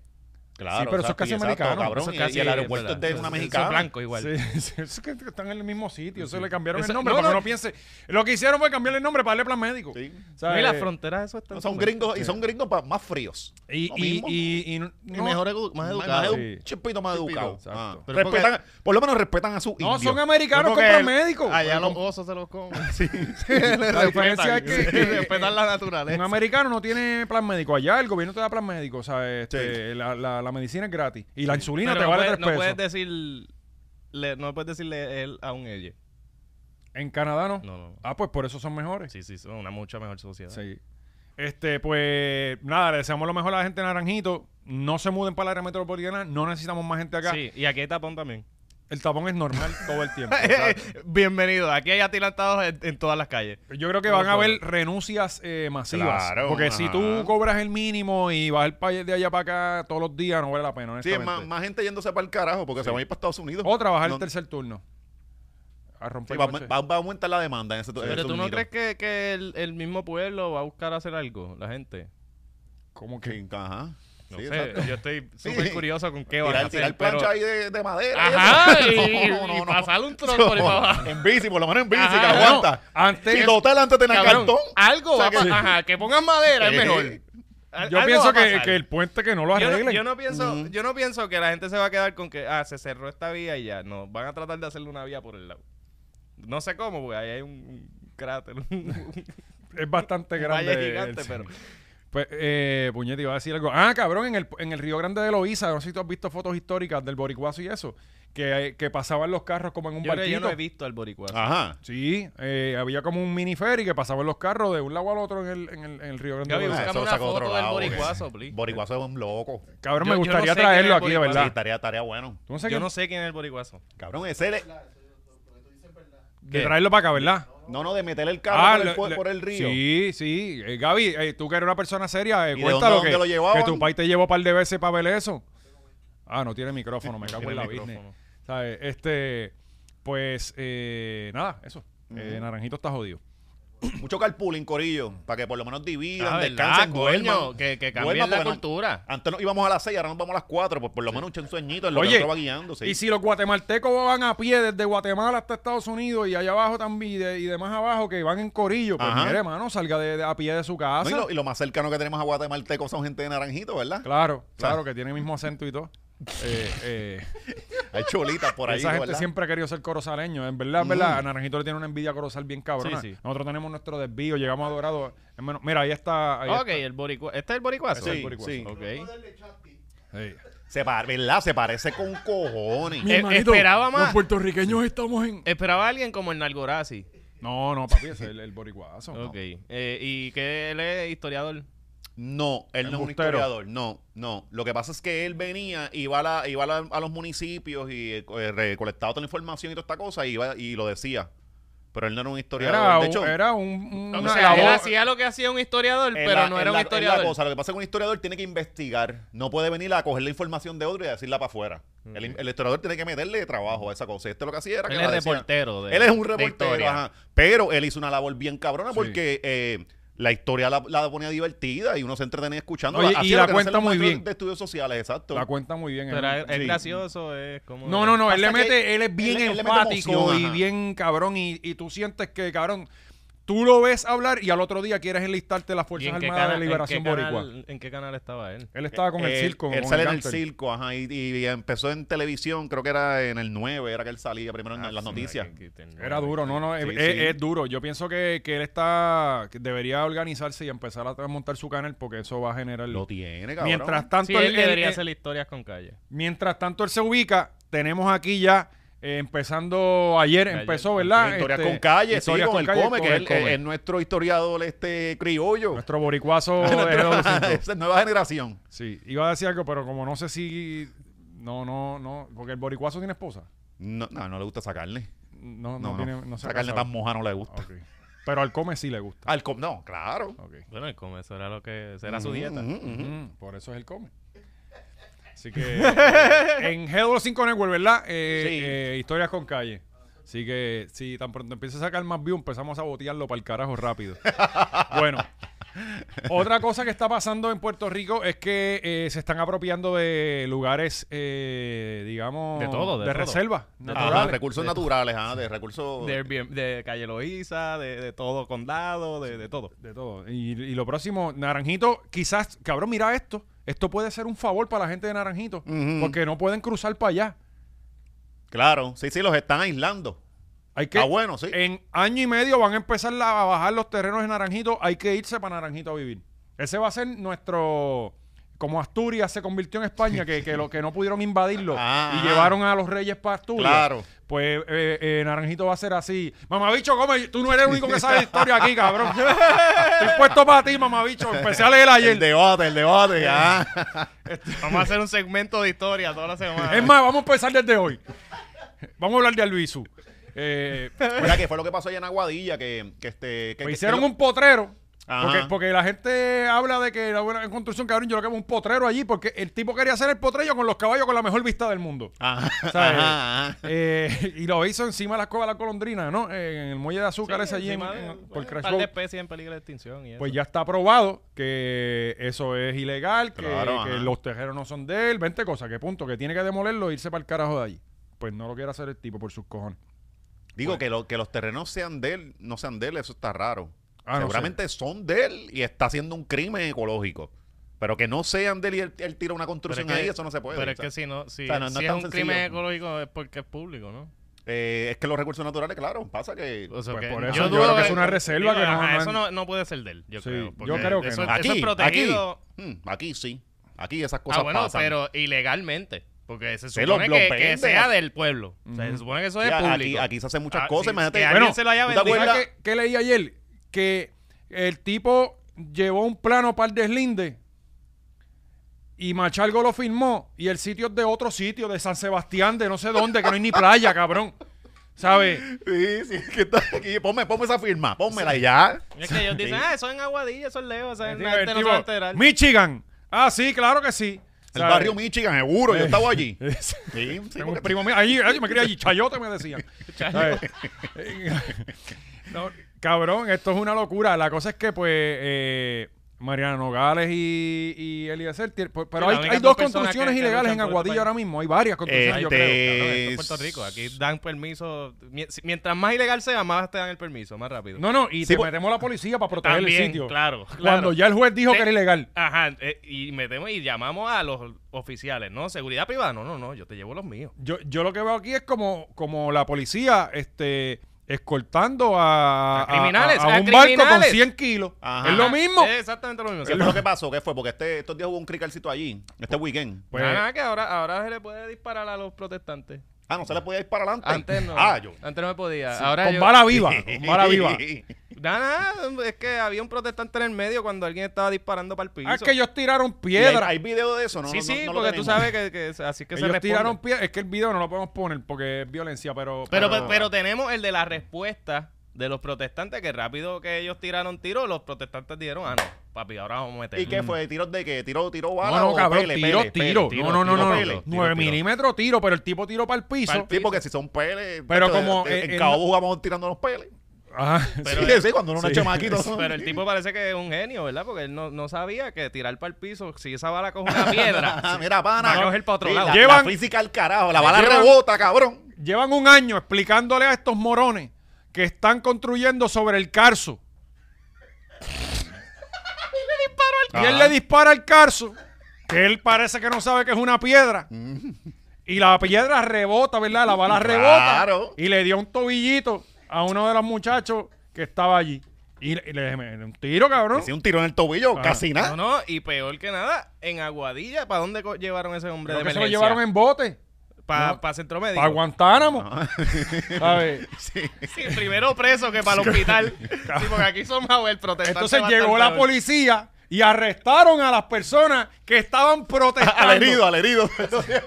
B: Claro,
A: Sí, pero eso
B: exacto,
A: es casi
B: y exacto,
A: americano.
B: cabrón,
C: Eso
B: y-
C: casi-
B: y el aeropuerto
C: verdad.
B: es de
C: Eso-
B: una
C: eso es
B: mexicana.
C: blanco igual.
A: Sí, sí, es que están en el mismo sitio, eso le cambiaron
C: Eso-
A: el nombre
C: no,
A: para
C: no.
A: que no piense. Lo que hicieron fue cambiarle el nombre para darle plan médico.
B: Sí.
A: O sea,
C: No, y las
A: eh,
C: fronteras, eso está.
B: No, son gringos y son gringos pa- más fríos.
A: y,
B: Lo
A: y,
B: mismo.
A: y, y no-
C: Y
A: no,
C: mejor edu- más
B: Más
C: educados.
B: edu-
A: Sí.
B: Chispito más
A: Chispito,
B: educado.
A: exacto.
B: Ah,
C: Pero es porque-
B: respetan a- por lo menos respetan a sus
A: no,
B: indios.
A: son americanos,
B: Yo creo
A: compran
B: que
A: médicos.
C: Allá los osos se los comen. Sí.
A: La diferencia es que- que-
C: respetan la
A: Un
C: naturaleza.
A: americano no tiene plan médico. Allá el gobierno te da plan médico. O sea, este, la, la, la medicina es gratis. Y la insulina
C: Pero
A: te
C: no
A: vale
C: puedes-
A: tres
C: No puedes
A: pesos.
C: decirle, no puedes decirle él a un ella.
A: En Canadá no.
C: No, no, no.
A: Ah, pues por eso son mejores.
C: Sí, sí, son una mucha mejor sociedad.
A: Sí. Este, pues nada, le deseamos lo mejor a la gente de Naranjito. No se muden para la área metropolitana. No necesitamos más gente acá.
C: Sí, y aquí hay tapón también.
A: El tapón es normal todo el tiempo. o sea,
C: Bienvenido. Aquí hay atilantados en, en todas las calles.
A: Yo creo que van a haber renuncias eh, masivas.
B: Claro,
A: porque si tú
B: ajá.
A: cobras el mínimo y vas al país de allá para acá todos los días, no vale la pena.
B: Sí, es más,
A: honestamente.
B: más gente yéndose para el carajo porque se van a ir para Estados Unidos.
A: O trabajar
B: No-
A: el tercer turno. A romper
B: Sí, va,
A: coches.
B: va- va a aumentar la demanda en ese en
C: Pero
B: ese
C: tú no
B: turno.
C: crees que, que el, el mismo pueblo va a buscar hacer algo, la gente.
A: ¿Cómo que?
B: Sí, Ajá.
C: No
B: Sí,
C: sé,
B: exacto.
C: yo estoy súper
B: Sí.
C: curioso con qué van
B: Tirar,
C: a hacer.
B: tirar
C: pero-
B: plancha ahí de, de madera.
C: Ajá,
B: eso.
C: y,
B: No, no,
C: y
B: no.
C: pasar un tronco por ahí para abajo.
B: En bici, por lo menos en bici,
C: Ajá.
B: que aguanta.
A: Bueno, antes-
B: Picotel antes de tener
C: Cabrón, ah,
B: cartón.
C: algo
B: O sea
C: va a
B: que-
C: pa- Ajá, que pongan madera
B: Sí.
C: es mejor. Al-
A: Yo
C: algo va
A: pienso
C: a
A: que,
C: pasar.
A: que el puente que no lo
C: yo
A: arreglen.
C: no, yo no pienso, yo no pienso que la gente se va a quedar con que ah, se cerró esta vía y ya. No, van a tratar de hacerle una vía por el lado. No sé cómo, porque ahí hay un, un cráter, un, un
A: Es bastante grande.
C: valle gigante,
A: el-
C: pero
A: Pues, eh, puñete, iba a decir algo. Ah, cabrón, en el, en el Río Grande de Loíza, no sé si tú has visto fotos históricas del boricuazo y eso, que, que pasaban los carros como en un
C: yo, creo que
A: barquito.
C: yo no he visto al boricua.
B: Ajá.
A: Sí, eh, había como un mini ferry que pasaban los carros de un lado al otro en el, en el, en el Río Grande
C: Gaby,
A: de Loíza.
C: busca-
B: Eso
C: una
B: saca
C: foto
B: otro
C: del
B: lado, porque-
C: boricuazo, please.
B: Boricuazo es un loco.
A: Cabrón, me
C: Yo- yo no
A: gustaría
C: sé quién
A: traerlo
C: es
A: aquí, de
C: Boricuazo.
B: Sí,
A: verdad.
B: estaría, estaría bueno.
A: ¿Tú no sé
C: Yo
A: quién?
C: no sé quién es el boricuazo.
B: Cabrón, ese le-
A: De traerlo para acá, ¿verdad?
B: No, no, de meter el
A: Ah,
B: carro
A: lo-
B: por, el,
A: lo-
B: por el río.
A: Sí, sí. Eh, Gaby, eh, tú que eres una persona seria, eh,
B: ¿Y de
A: cuéntalo
B: dónde-
A: que,
B: dónde lo llevaban?
A: que tu país te llevó un par de veces para ver eso. Ah, no tiene micrófono, me cago
C: tiene
A: en la
C: micrófono.
A: business. ¿Sabes? Este, pues, eh, nada, eso. Eh, Naranjito está jodido.
B: Mucho carpooling, corillo, para que por lo menos dividan,
C: Ah, ¿verdad,
B: descansen,
C: coño?
B: duerman.
C: Que, que cambien
B: Duerman,
C: la
B: porque no-
C: cultura.
B: Antes no íbamos a las 6, ahora nos vamos a las 4, pues por lo menos un sueñito en lo que
A: Oye,
B: otro va guiando. sí.
A: y si los guatemaltecos van a pie desde Guatemala hasta Estados Unidos y allá abajo también, y de, y de más abajo que van en corillo, pues
B: Ajá.
A: mire, hermano, salga de, de- a pie de su
B: No,
A: casa.
B: y, lo, y lo más cercano que tenemos a Guatemalteco son gente de Naranjito, ¿verdad?
A: Claro,
B: sea-
A: claro, que tiene el mismo acento y todo. Eh, eh,
B: Hay cholitas por ahí,
A: Esa gente
B: ¿verdad?
A: siempre ha querido ser corozaleño. En verdad, en verdad, a Naranjito le tiene una envidia a Corozal bien cabrona.
C: Sí, sí.
A: Nosotros tenemos nuestro desvío, llegamos a Dorado. es menos- mira, ahí está. ahí
C: Ok, el boricua. ¿Este es el boricuazo?
B: Sí,
C: El boricua-
B: sí.
C: Ok.
A: está. Sí.
B: Se pa- ¿Verdad? Se parece con cojones.
C: Eh, esperaba más.
A: puertorriqueños estamos en.
C: Esperaba a alguien como el Nalgorazi.
A: Eh, No, no, papi, ese es el, el boricuazo. no.
C: Ok. Eh, y que él es historiador.
B: No, él no es un
A: Embustero.
B: historiador. No, no. Lo que pasa es que él venía, iba a, la- iba a, la- a los municipios y eh, recolectaba toda la información y toda esta cosa y, iba, y lo decía. Pero él no era un historiador.
A: Era,
B: de
A: un-
B: hecho,
A: era un. una
C: O sea, él
A: labor-
C: hacía lo que hacía un historiador,
B: es
C: pero
B: la-
C: no
B: es
C: era un
B: la- es
C: historiador.
B: la cosa. Lo que pasa es que un historiador tiene que investigar. No puede venir a coger la información de otro y decirla para afuera. El, el historiador tiene que meterle trabajo a esa cosa. Y este lo que hacía era que
C: Mm. Él
B: la
C: es
B: decía.
C: reportero. de-
B: Él es un
C: de
B: reportero,
C: historia.
B: ajá. Pero él hizo una labor bien cabrona
A: Sí.
B: porque eh, la historia la, la ponía divertida y uno se entretenía escuchando.
A: Oye,
B: Hacía
A: y
B: lo
A: la
B: que no hacían
A: cuenta
B: los
A: muy
B: maestros
A: bien.
B: De estudios sociales, exacto.
A: La cuenta muy bien.
C: Pero
A: él.
C: es, es
B: Sí.
C: gracioso, es como...
A: No, no, no, él le
B: Pasa que
A: mete, él es bien
B: él le- él le mete
A: enfático
B: emoción,
A: y
B: ajá.
A: bien cabrón y, y tú sientes que, cabrón, tú lo ves hablar y al otro día quieres enlistarte las
C: ¿Y
A: Fuerzas
C: en qué,
A: Armadas
C: cana-
A: de Liberación
C: en, qué
A: Boricua.
C: canal, en qué canal estaba él?
A: Él estaba con el
B: Él-
A: circo.
B: Eh, Él
A: con
B: sale en el
A: Gantel.
B: circo, ajá. Y, y empezó en televisión, creo que era en el 9, era que él salía primero Ah,
A: Ah,
B: en las noticias.
A: Era duro, no, no, es,
B: Sí,
A: es-
B: sí.
A: es duro. Yo pienso que, que él está, que debería organizarse y empezar a montar su canal porque eso va a generar...
B: Lo tiene, cabrón.
A: mientras
C: Tanto
A: tanto,
C: él,
A: él- él-
C: debería
A: él-
C: hacer historias con calle.
A: mientras tanto él se ubica, tenemos aquí ya, eh, empezando ayer,
C: Ayer,
A: empezó, ¿verdad?
B: Historias
A: Este,
B: con calle, sí,
A: historias
B: con, el
A: calle,
B: come,
A: con
B: que
A: el
B: es,
A: Come.
B: es nuestro historiador este criollo.
A: Nuestro boricuazo de
B: Esa es nueva generación.
A: Sí, iba a decir algo, pero como no sé si... No, no, no, porque el boricuazo tiene esposa.
B: No, no, no le gusta esa carne.
A: No, no,
B: No, no.
A: tiene. No se ha
B: esa carne
A: casado.
B: tan moja no le gusta.
A: Ok. Pero al come sí le gusta.
B: Al com- no, claro.
A: Ok.
C: Bueno, el come, eso era lo que. Será su
B: Ujú,
C: dieta.
B: ujú, ujú.
A: Mm, por eso es el come. Así que eh, en G25 Network, ¿verdad? Eh,
B: Sí.
A: eh, historias con calle. Así que si tan pronto empieza a sacar más views, empezamos a botearlo para el carajo rápido. bueno, otra cosa que está pasando en Puerto Rico es que eh, se están apropiando de lugares, eh, digamos,
C: De todo, de todo. Ah,
A: reserva
B: Ajá,
A: naturales.
B: recursos naturales, ajá, de recursos.
C: De, Airbnb- de Calle Loíza, de, de todo condado, de, de todo.
A: De todo. Y, y lo próximo, Naranjito, quizás, cabrón, mira esto. Esto puede ser un favor para la gente de Naranjito,
B: Ujú.
A: porque no pueden cruzar para allá.
B: Claro, sí, sí, los están aislando.
A: Hay que,
B: Ah, bueno, sí.
A: En año y medio van a empezar la- a bajar los terrenos de Naranjito. Hay que irse para Naranjito a vivir. Ese va a ser nuestro. Como Asturias se convirtió en España, que, que lo que no pudieron invadirlo
B: Ah.
A: y llevaron a los reyes para Asturias.
B: Claro.
A: Pues eh, eh, Naranjito va a ser así. Mamabicho, come, tú no eres el único que sabe de historia aquí, cabrón. Estoy puesto para ti, mamabicho. Empecé a leer
B: El
A: ayer.
B: debate, el
C: Eh.
B: debate, ah. ajá.
C: Vamos a hacer un segmento de historia toda la semana.
A: Es más, vamos a empezar desde hoy. Vamos a hablar de Albizu. Eh,
B: Mira que fue lo que pasó allá en Aguadilla, que, que este. Que,
A: Pues
B: que-
A: hicieron
B: que-
A: un potrero.
B: Ajá.
A: Porque, porque la gente habla de que la buena en construcción, cabrón, yo lo que hago es un potrero allí, porque el tipo quería hacer el potrero con los caballos con la mejor vista del mundo.
B: Ajá,
A: sea,
B: Ah, ajá, ajá.
A: Eh, y lo hizo encima de la cueva de la colondrina, ¿no? Eh, en el muelle de azúcar ese allí en- en- por Crash
C: de
A: Road.
C: especies en peligro de extinción y eso.
A: Pues ya está probado que eso es ilegal, que,
B: Claro,
A: que
B: ajá.
A: los tejeros no son de él, 20 cosas, que punto, que tiene que demolerlo e irse para el carajo de allí. Pues no lo quiere hacer el tipo por sus cojones.
B: Digo que, lo, que los terrenos sean de él, no sean de él, eso está raro.
A: Ah, no
B: Seguramente son de él y está haciendo un crimen ecológico. Pero que no sean de él y él, él tira una
C: Pero es
B: construcción
C: que-
B: ahí, eso no se puede.
C: Pero
B: o
C: es
B: sea.
C: que si no, si,
B: o sea, no- no
C: si
B: es
C: es,
B: tan
C: un crimen
B: sencillo.
C: ecológico es porque es público, ¿no?
B: Eh, es que los recursos naturales, claro, pasa que.
C: O sea
A: Pues
C: que
A: por
C: no-
A: eso
B: yo
C: dudo
B: creo que es una
A: reserva que no-
C: ajá,
A: no-
C: eso no, no puede ser de él, yo
A: Sí,
C: creo.
A: yo creo que
C: eso,
A: no.
C: eso
B: aquí,
C: es protegido.
B: aquí, mm, aquí sí. Aquí esas cosas
C: Ah, bueno,
B: pasan.
C: pero ilegalmente. Porque se
B: Sí, los-
C: supone
B: los
C: que, que
B: venden.
C: sea del pueblo. O sea,
A: Ujú.
C: se supone que eso
B: Sí,
C: es
B: a-
C: público.
B: aquí, aquí se hacen muchas
C: Ah,
B: cosas,
C: sí,
B: imagínate.
C: que alguien se lo haya
B: ¿tú te
C: vendido.
B: acuerdas?
A: ¿Sabes qué, qué leí ayer? Que el tipo llevó un plano para el deslinde y Machalgo lo firmó y el sitio es de otro sitio, de San Sebastián, de no sé dónde, que no hay ni playa, cabrón. ¿Sabes?
B: Sí, sí, que está aquí. Ponme, ponme esa firma, pónmela y ya.
C: Es que ellos dicen, ah, eso es en Aguadilla, eso es lejos, o sea,
A: El
C: la gente no se
A: tipo,
C: va a enterar.
A: Michigan. Ah, sí, claro que sí.
B: El
A: ¿Sabes?
B: barrio Michigan, seguro, yo estaba allí.
A: Es-
B: Sí, sí,
A: Tengo un
B: porque-
A: primo mío. Allí, allí me quería allí. Chayote me decían.
C: Chayote.
A: Eh, no, cabrón, esto es una locura. La cosa es que, pues, eh, Mariana Nogales y, y Eliezer. tiene- pues, Pero
C: Sí,
A: hay,
C: la única
A: hay
C: dos
A: dos
C: personas
A: construcciones
C: que- que
A: ilegales
C: luchan
A: en
C: por el
A: Aguadilla
C: país.
A: ahora mismo. Hay varias construcciones, yo
B: Este,
A: creo.
C: Cabrón, esto
B: Eh,
C: es Puerto Rico, aquí dan permiso. mi- si- Mientras más ilegal sea, más te dan el permiso, más rápido.
A: No, no, y
B: Sí,
A: te
B: pues-
A: metemos la policía para proteger el
C: También,
A: sitio.
C: claro, claro.
A: Cuando ya el juez dijo
C: Te-
A: que era ilegal.
C: Ajá, eh, y metemos y llamamos a los oficiales, ¿no? Seguridad privada, no, no, no, yo te llevo los míos.
A: Yo, yo lo que veo aquí es como, como la policía este, escoltando a,
C: A criminales,
A: a- a
C: a
A: un barco con
C: criminales. Eh,
A: 100 kilos.
B: Ajá.
A: Es lo mismo.
C: Es exactamente lo mismo.
B: ¿Qué fue lo que pasó? ¿Qué fue? Porque este, estos días hubo un cricarcito allí, este weekend.
A: Pues-
C: Nada, nada, que ahora, ahora se le puede disparar a los protestantes.
B: Ah, no se le podía ir para adelante.
C: Antes no.
B: Ah, yo.
C: Antes no me podía. ahora
A: con
C: yo-
A: bala viva, con bala viva.
C: Nada, nada, es que había un protestante en el medio cuando alguien estaba disparando para el piso.
A: Ah, es que ellos tiraron
B: Y hay,
A: piedras.
B: hay video de eso, ¿no?
C: sí,
B: No, no,
C: sí,
B: no lo
C: porque tú
B: tenemos.
C: sabes que, que es- así que se
A: ellos
C: responde.
A: tiraron piedras. Es que el video no lo podemos poner porque es violencia, pero.
C: Pero, pero, pero tenemos el de la respuesta de los protestantes, que rápido que ellos tiraron tiro, los protestantes dijeron, ah, no, papi, ahora vamos a meter.
B: ¿Y qué fue? ¿Tiros de qué? ¿Tiro, tiro bala?
A: no, no,
B: o
A: cabrón,
B: pele,
A: tiro,
B: pele, pele,
A: tiro.
B: tiro,
A: No, no, no,
B: tiro,
A: no.
B: pele, tiro,
A: 9
B: tiro.
A: milímetros tiro, pero el tipo tiró para el piso.
C: Pa'l
B: Sí, porque si son peles.
A: Pero
B: macho,
A: como,
B: En,
A: eh,
B: en
A: eh,
B: Cabo
A: no-
B: jugamos tirando los peles.
A: Ajá.
C: Pero
B: sí, sí, cuando uno es chamaquito.
C: Pero el tipo parece que es un genio, ¿verdad? Porque él no, no sabía que tirar para el piso, si esa bala coge una
B: Ah,
C: piedra,
B: mira, pana.
C: Va a coger pa' otro lado.
B: La,
A: Llevan-
B: la física al carajo. La bala
A: Llevan-
B: rebota, cabrón.
A: Llevan un año explicándole a estos morones que están construyendo sobre el carso. Y él
B: Ajá.
A: le dispara al carso, que él parece que no sabe que es una piedra. Y la piedra rebota, ¿verdad? La bala rebota.
B: Claro.
A: Y le dio un tobillito a uno de los muchachos que estaba allí. Y le, y le- me- un tiro, cabrón.
B: Si un tiro en el tobillo,
A: Ah.
B: casi nada.
C: No, no, y peor que nada, en Aguadilla, ¿para dónde co- llevaron ese hombre
A: Creo
C: de
A: que se lo
C: emergencia?
A: llevaron en bote.
C: Para
A: no.
C: Centro Médico.
A: Para Guantánamo. ¿Sabes?
B: Sí.
C: Sí, primero preso que para el hospital. Sí, porque aquí son más el protestante.
A: Entonces
C: va a
A: llegó
C: estar
A: la
C: peor.
A: policía y arrestaron a las personas que estaban protestando.
B: Al herido, al herido.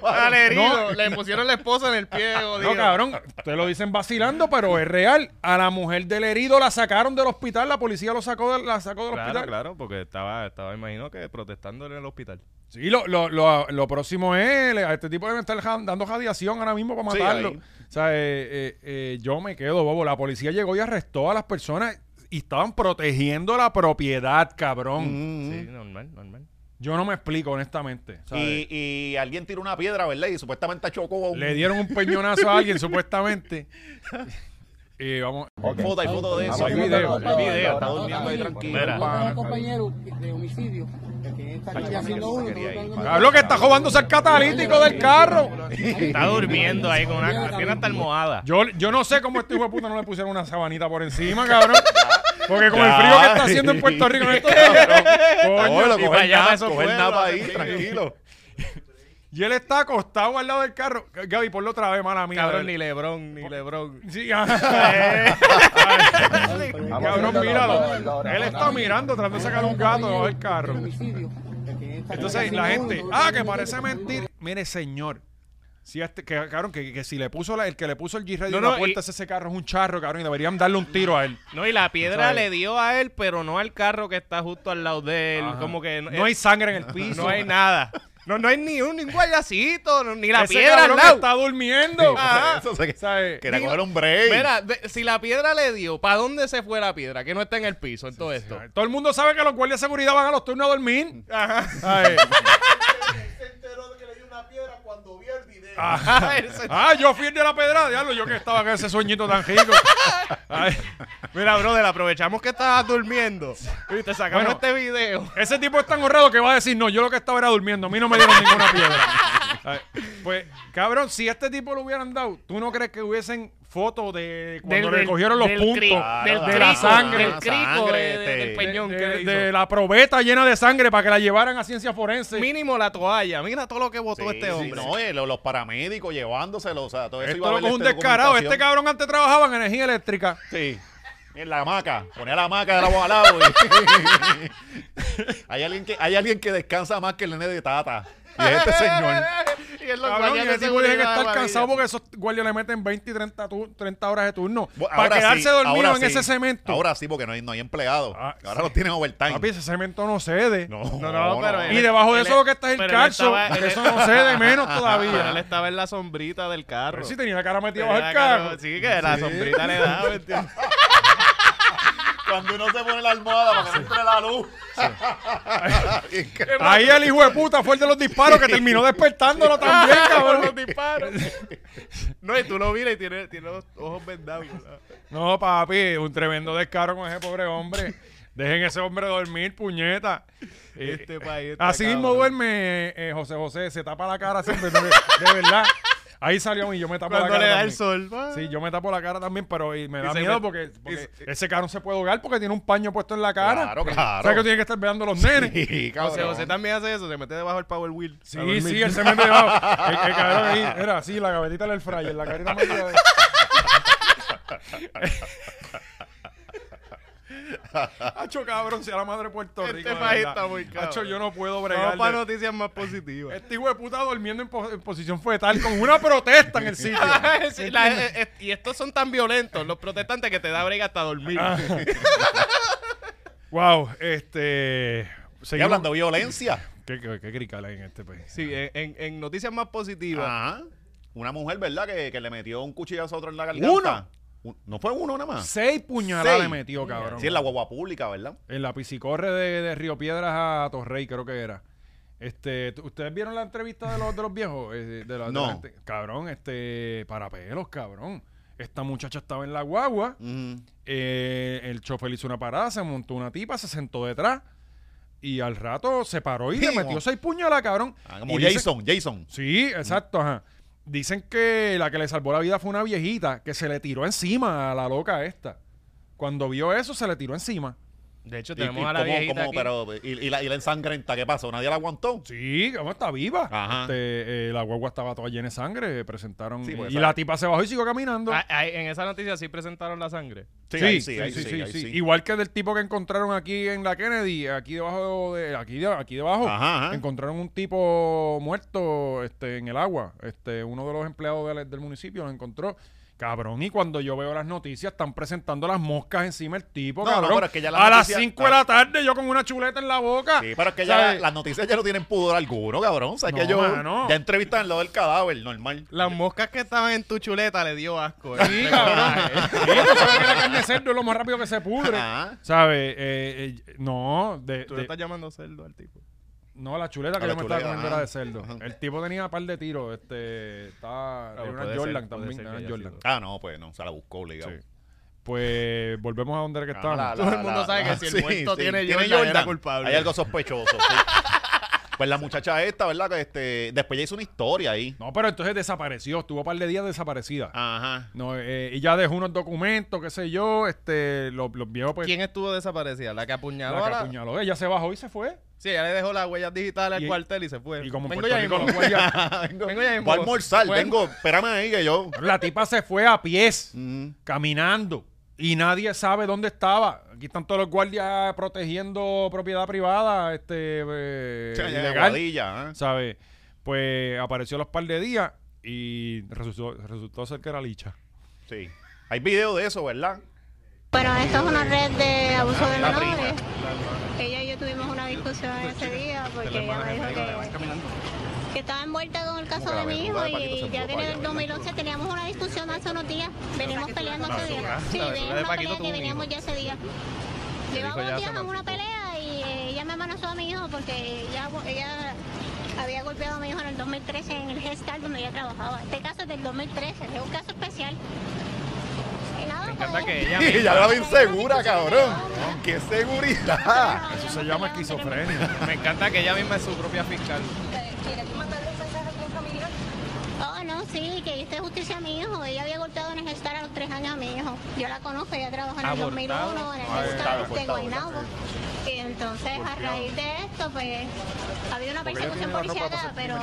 C: Al herido,
A: No.
C: le pusieron la esposa en el pie,
A: No,
C: jodido.
A: cabrón, ustedes lo dicen vacilando, pero es real. A la mujer del herido la sacaron del hospital, la policía lo sacó, de- la sacó del
C: Claro,
A: hospital.
C: claro, porque estaba, estaba, imagino que protestando en el hospital.
A: Sí, lo, lo, lo, lo próximo es, le- a este tipo debe estar ja- dando radiación ahora mismo para
B: Sí,
A: matarlo.
B: ahí.
A: o sea, eh, eh, eh, yo me quedo bobo. La policía llegó y arrestó a las personas y estaban protegiendo la propiedad, cabrón.
C: Sí,
B: Mm.
C: normal, normal.
A: Yo no me explico, honestamente. O sea,
B: Y, y alguien tiró una piedra, ¿verdad? Y supuestamente chocó a un...
A: Le dieron un peñonazo a alguien, supuestamente. Y vamos.
B: Foto, hay foto de
A: Ah,
B: eso.
A: hay video,
B: Hay video, está durmiendo ahí tranquilo.
C: Mira.
B: el pana.
D: compañero de homicidio que está aquí haciendo uno.
B: quería ir.
A: Hablo que está robándose el catalítico del carro.
C: Está durmiendo ahí con una. Tiene hasta almohada.
A: Yo, yo no sé cómo este hijo de puta no le pusieron una sabanita por encima, cabrón. Porque con el
B: Ya.
A: frío que está haciendo en Puerto Rico, en estos días,
B: Oye,
A: coño,
B: lo
C: y
B: coge
C: para
B: el
C: allá
B: napa,
C: eso
B: coge el
C: fue,
B: napa
C: lo
B: ahí,
C: hacen.
B: tranquilo.
A: y él está acostado al lado del carro. Gaby, ponlo otra vez, mala mía.
C: Cabrón,
A: de
C: ni
A: verdad.
C: Lebron, ni Lebron.
A: Sí, ah. cabrón, míralo. Él está mirando, tratando de sacar un gato del carro. Entonces la gente, ah, que parece mentir. Mire, señor. Si este, que, cabrón, que, que si le puso la- el que le puso el G-Radio
C: No,
A: en
C: no,
A: la puerta
C: y-
A: ese, ese carro es un charro, cabrón, y deberían darle un tiro a él.
C: No, y la piedra
A: ¿Sabes?
C: le dio a él, pero no al carro que está justo al lado de él.
A: Ajá.
C: Como que
A: no,
C: eh,
A: hay sangre en el piso.
C: no hay nada. No, no hay ni un, ni un guayacito, no- ni la
A: Ese
C: piedra al
A: cabrón
C: lado.
A: está durmiendo. Ah,
C: Ajá.
B: Eso se-
A: ¿Sabes?
B: Quería
C: Digo-
B: coger un break.
C: Mira, de- si la piedra le dio, ¿para dónde se fue la piedra? Que no está en el piso, en todo esto.
A: Todo el mundo sabe que los guardias de seguridad van a los turnos a dormir. Ah, eh, ¿Sabes?
E: se enteró de que le dio una piedra cuando vio el video.
C: Ajá, ese-
A: Ah, yo fui el de la pedrada, diablo, yo que estaba con ese sueñito tan rico. Ay,
C: Mira, brother, aprovechamos que estabas durmiendo. Y te sacamos
A: Bueno.
C: este video.
A: Ese tipo es tan honrado que va a decir, no, yo lo que estaba era durmiendo, a mí no me dieron ninguna piedra. Ay, Pues, cabrón, si este tipo lo hubieran dado, ¿tú no crees que hubiesen fotos de cuando
C: Del-
A: le
C: del-
A: cogieron los
C: del
A: puntos?
C: cri-
A: de
C: del
A: la
C: crico,
A: sangre.
C: del crico,
B: sangre,
C: de- de-
B: este.
C: del peñón
A: de-
C: que le
A: de
C: hizo.
A: la probeta llena de sangre para que la llevaran a ciencia forense.
C: Mínimo la toalla. Mira todo lo que
B: Sí,
C: votó este
B: sí,
C: hombre.
B: no, oye, lo- los paramédicos llevándoselo, o sea, todo eso
A: Esto
B: iba a
A: lo
B: haber
A: coge un
B: este
A: descarado. Este
B: documentación.
A: cabrón antes trabajaba en energía eléctrica.
B: Sí. En la hamaca. Ponía la hamaca de la boca al lado. y- hay, alguien que, hay alguien que descansa más que el nene de Tata. Y es este señor.
C: y es los
A: Cabrón, y
C: guardias de
A: ese tipo tiene que
C: seguridad de
A: estar
C: Guadilla.
A: cansado porque esos guardias le meten 20 y 30, tu- 30 horas de turno.
B: Bu-
A: para
B: ahora
A: quedarse
B: sí,
A: dormido
B: ahora
A: en
B: sí.
A: ese cemento.
B: Ahora sí, porque no hay, no hay empleados.
A: Ah,
B: ahora los tienen overtime.
A: Papi, ese cemento no cede.
B: no,
C: No, no, pero
A: Y
C: él-
A: debajo de
C: él-
A: eso lo que está es el
C: pero él
A: calzo.
C: estaba- él-
A: Eso no cede menos
C: Pero él
A: todavía.
C: estaba en la sombrita del carro.
A: Pero sí tenía la cara metida bajo
C: Tenía la
A: el
C: cara-
A: carro.
C: Sí, que la sombrita le daba, ¿me entiendes?
B: Cuando uno se pone la almohada para que no entre la luz. Bien que-
A: Ahí el hijo de puta fue el de los disparos que terminó despertándolo también,
C: Con
A: cabrón.
C: Ah, los disparos. No, y tú lo miras y tiene, tiene los ojos vendados. ¿verdad?
A: No, papi, un tremendo descaro con ese pobre hombre. Dejen ese hombre dormir, puñeta. Eh,
C: Este país. está
A: Así mismo
C: cabrón.
A: duerme eh, José José, se tapa la cara siempre, de, de verdad. Ahí salió y yo me tapo la
C: Cuando
A: cara.
C: le da el
A: también.
C: sol. Ah. va.
A: Sí, yo me tapo la cara también, pero y me da
C: se
A: miedo
C: me-
A: porque, porque
C: y se-
A: ese carro se puede ahogar porque tiene un paño puesto en la cara.
B: Claro,
A: O sea que
B: claro.
A: tiene que estar velando a los nenes.
B: Sí, cabrón.
C: José José también hace eso, se mete debajo del Power Wheel.
A: Sí, sí, él se mete debajo. El, el cabrón ahí, era así, la gavetita del fryer, la carita metida. Hacho, cabrón, sea la madre de Puerto
C: Este
A: Rico. de
C: país
A: verdad.
C: está muy cabrón.
A: Hacho, yo no puedo bregar.
C: Vamos para
A: de-
C: noticias más positivas.
A: Este hijo de puta durmiendo en, po- en posición fetal con una protesta en el sitio.
C: Sí, la-
A: este
C: eh, eh, y estos son tan violentos, los protestantes, que te da brega hasta dormir.
A: Ah. wow, este.
B: Y
A: Seguimos.
B: hablando de violencia.
A: ¿Qué, qué, qué crical hay en este país?
C: Sí, en, en- en noticias más positivas.
B: Ajá. Una mujer, ¿verdad? Que, que le metió un cuchillazo a otro en la garganta. ¿Uno? No fue uno nada más.
A: Seis puñaladas
B: Seis.
A: le metió, cabrón.
B: Sí, en la guagua pública, ¿verdad?
A: En la piscicorre de, de Río Piedras a Torrey, creo que era. Este, ¿tú- ¿Ustedes vieron la entrevista de los, de los viejos? Eh, de- de la- de
B: No.
A: la gente? Cabrón, este, para pelos, cabrón. Esta muchacha estaba en la guagua,
B: Mm.
A: eh, el chofer hizo una parada, se montó una tipa, se sentó detrás y al rato se paró y le
B: Sí,
A: metió
B: como-
A: seis puñaladas, cabrón.
B: Ah, como
A: Y dice-
B: Jason, Jason.
A: Sí, exacto, ajá. Dicen que la que le salvó la vida fue una viejita que se le tiró encima a la loca esta. Cuando vio eso, se le tiró encima.
C: De hecho,
B: Y-
C: tenemos
B: y
C: a la
B: cómo-
C: viejita
B: cómo,
C: aquí.
B: pero, y, y la, y la ensangrenta, ¿qué pasó? ¿Nadie la aguantó?
A: Sí, como está viva.
B: Ajá.
A: Este, eh, la guagua estaba toda llena de sangre. Presentaron.
B: Sí, pues,
A: y
B: porque sabe-
A: la tipa se bajó y siguió caminando.
C: Ah, ah, en esa noticia sí presentaron la sangre.
B: ahí ahí sí, ahí sí.
A: Igual que del tipo que encontraron aquí en la Kennedy, aquí debajo de, aquí de- aquí debajo,
B: Ajá, ajá.
A: encontraron un tipo muerto, este, en el agua. Este, uno de los empleados del, del municipio lo encontró. Cabrón, y cuando yo veo las noticias, están presentando las moscas encima el tipo,
B: No, no,
A: cabrón.
B: pero es que ya las
A: a las
B: noticias-
A: 5 de la tarde, yo con una chuleta en la boca.
B: Sí, pero es que ya
A: ¿sabes?
B: las noticias ya no tienen pudor alguno, cabrón. O sea,
A: No,
B: que yo
A: mano.
B: ya entrevistan lo del cadáver, normal.
C: Las moscas que estaban en tu chuleta le dio asco. ¿eh?
A: Sí, cabrón. Sí, tú sabes que la carne de cerdo es lo más rápido que se pudre.
B: Ajá.
A: ¿Sabes? Eh, eh, no, de-
C: Tú
A: de-
C: le estás Ah, llamando cerdo al tipo.
A: no, la chuleta que
B: A
A: yo
B: la
A: me estaba
B: chuleta,
A: comiendo
B: ajá.
A: era de cerdo.
B: Ajá.
A: El tipo tenía un par de tiros. Este, estaba,
C: Ah,
A: era
C: pues
A: una
C: puede
A: Jordan
C: ser, puede
A: también.
C: ser que
A: era una
C: haya
A: Jordan.
C: sido.
B: Ah, no, pues no, se la buscó obligado.
A: Sí. Pues volvemos a donde era que
B: Ah,
A: estábamos.
B: la-
C: Todo el mundo sabe que si el muerto tiene Jordan, era culpable.
B: Hay algo sospechoso. sí. Pues la muchacha esta, ¿verdad? Que este, después ya hizo una historia ahí.
A: No, pero entonces desapareció. Estuvo un par de días desaparecida.
C: Ah.
B: Ajá.
A: No, eh, ella dejó unos documentos, qué sé yo. Este, los, los viejos, pues,
C: ¿Quién estuvo desaparecida? ¿La que apuñaló?
A: la que
C: a la-
A: apuñaló. Ella se bajó y se fue.
C: Sí, ella le dejó las huellas digitales al
A: Y-
C: cuartel y se fue.
A: Y como en
C: Vengo
A: Puerto
C: ya
A: Rico
C: mismo.
A: los guardias-
B: Vengo, Pues,
C: Vengo ya mismo.
B: voy a almorzar,
C: Bueno.
B: vengo, espérame ahí que yo.
A: La tipa se fue a pies,
B: Mm.
A: caminando, y nadie sabe dónde estaba. Aquí están todos los guardias protegiendo propiedad privada, este, eh,
B: Sí, allá en
A: ilegal,
B: Aguadilla, ¿eh?
A: ¿sabe? Pues apareció a los par de días y resultó, resultó ser que era licha.
B: Sí. Hay video de eso, ¿verdad?
F: Bueno, esto es una red de abuso de
B: La
F: menores.
B: prima.
F: Ella y yo tuvimos una discusión ese día porque ella me dijo que, que estaba envuelta con el caso
B: Como que
F: de
B: la
F: mi hijo
B: verduga de Paquito se
F: y ya
B: mudó
F: que en
B: para
F: el
B: allá,
F: 2011 teníamos una discusión hace unos días. Venimos peleando ese día. Sí,
C: la verduga de
F: venimos una
C: Paquito
F: pelea
C: tuvo
F: que
C: un
F: veníamos
C: hijo.
F: ya ese día.
C: ya se
F: Llevamos días en
C: emancipó.
F: una pelea y eh, ella me amenazó a mi hijo porque ella, ella había golpeado a mi hijo en el 2013 en el gestal donde ella trabajaba. Este caso es del 2013, es un caso especial. Y nada,
C: Me encanta
F: pues,
C: que ella
B: Y
C: misma-
B: ya la vi insegura, cabrón. Ah. ¡Qué seguridad!
A: Eso se llama esquizofrenia.
C: Me encanta que ella misma es su propia fiscal.
F: Oh, no, sí, que hice justicia a mi hijo. Ella había golpeado en el Gestar a los tres años a mi hijo. Yo la conozco, ella trabajó en el
C: Abortado.
F: 2001 en
B: Ah,
F: el
B: abortado,
F: Gestar de
B: abortado,
F: Guaynabo. Y entonces, a raíz de esto, pues, ha habido una
A: ella tiene
F: persecución
A: la ropa
F: policial,
A: para hacer-
F: pero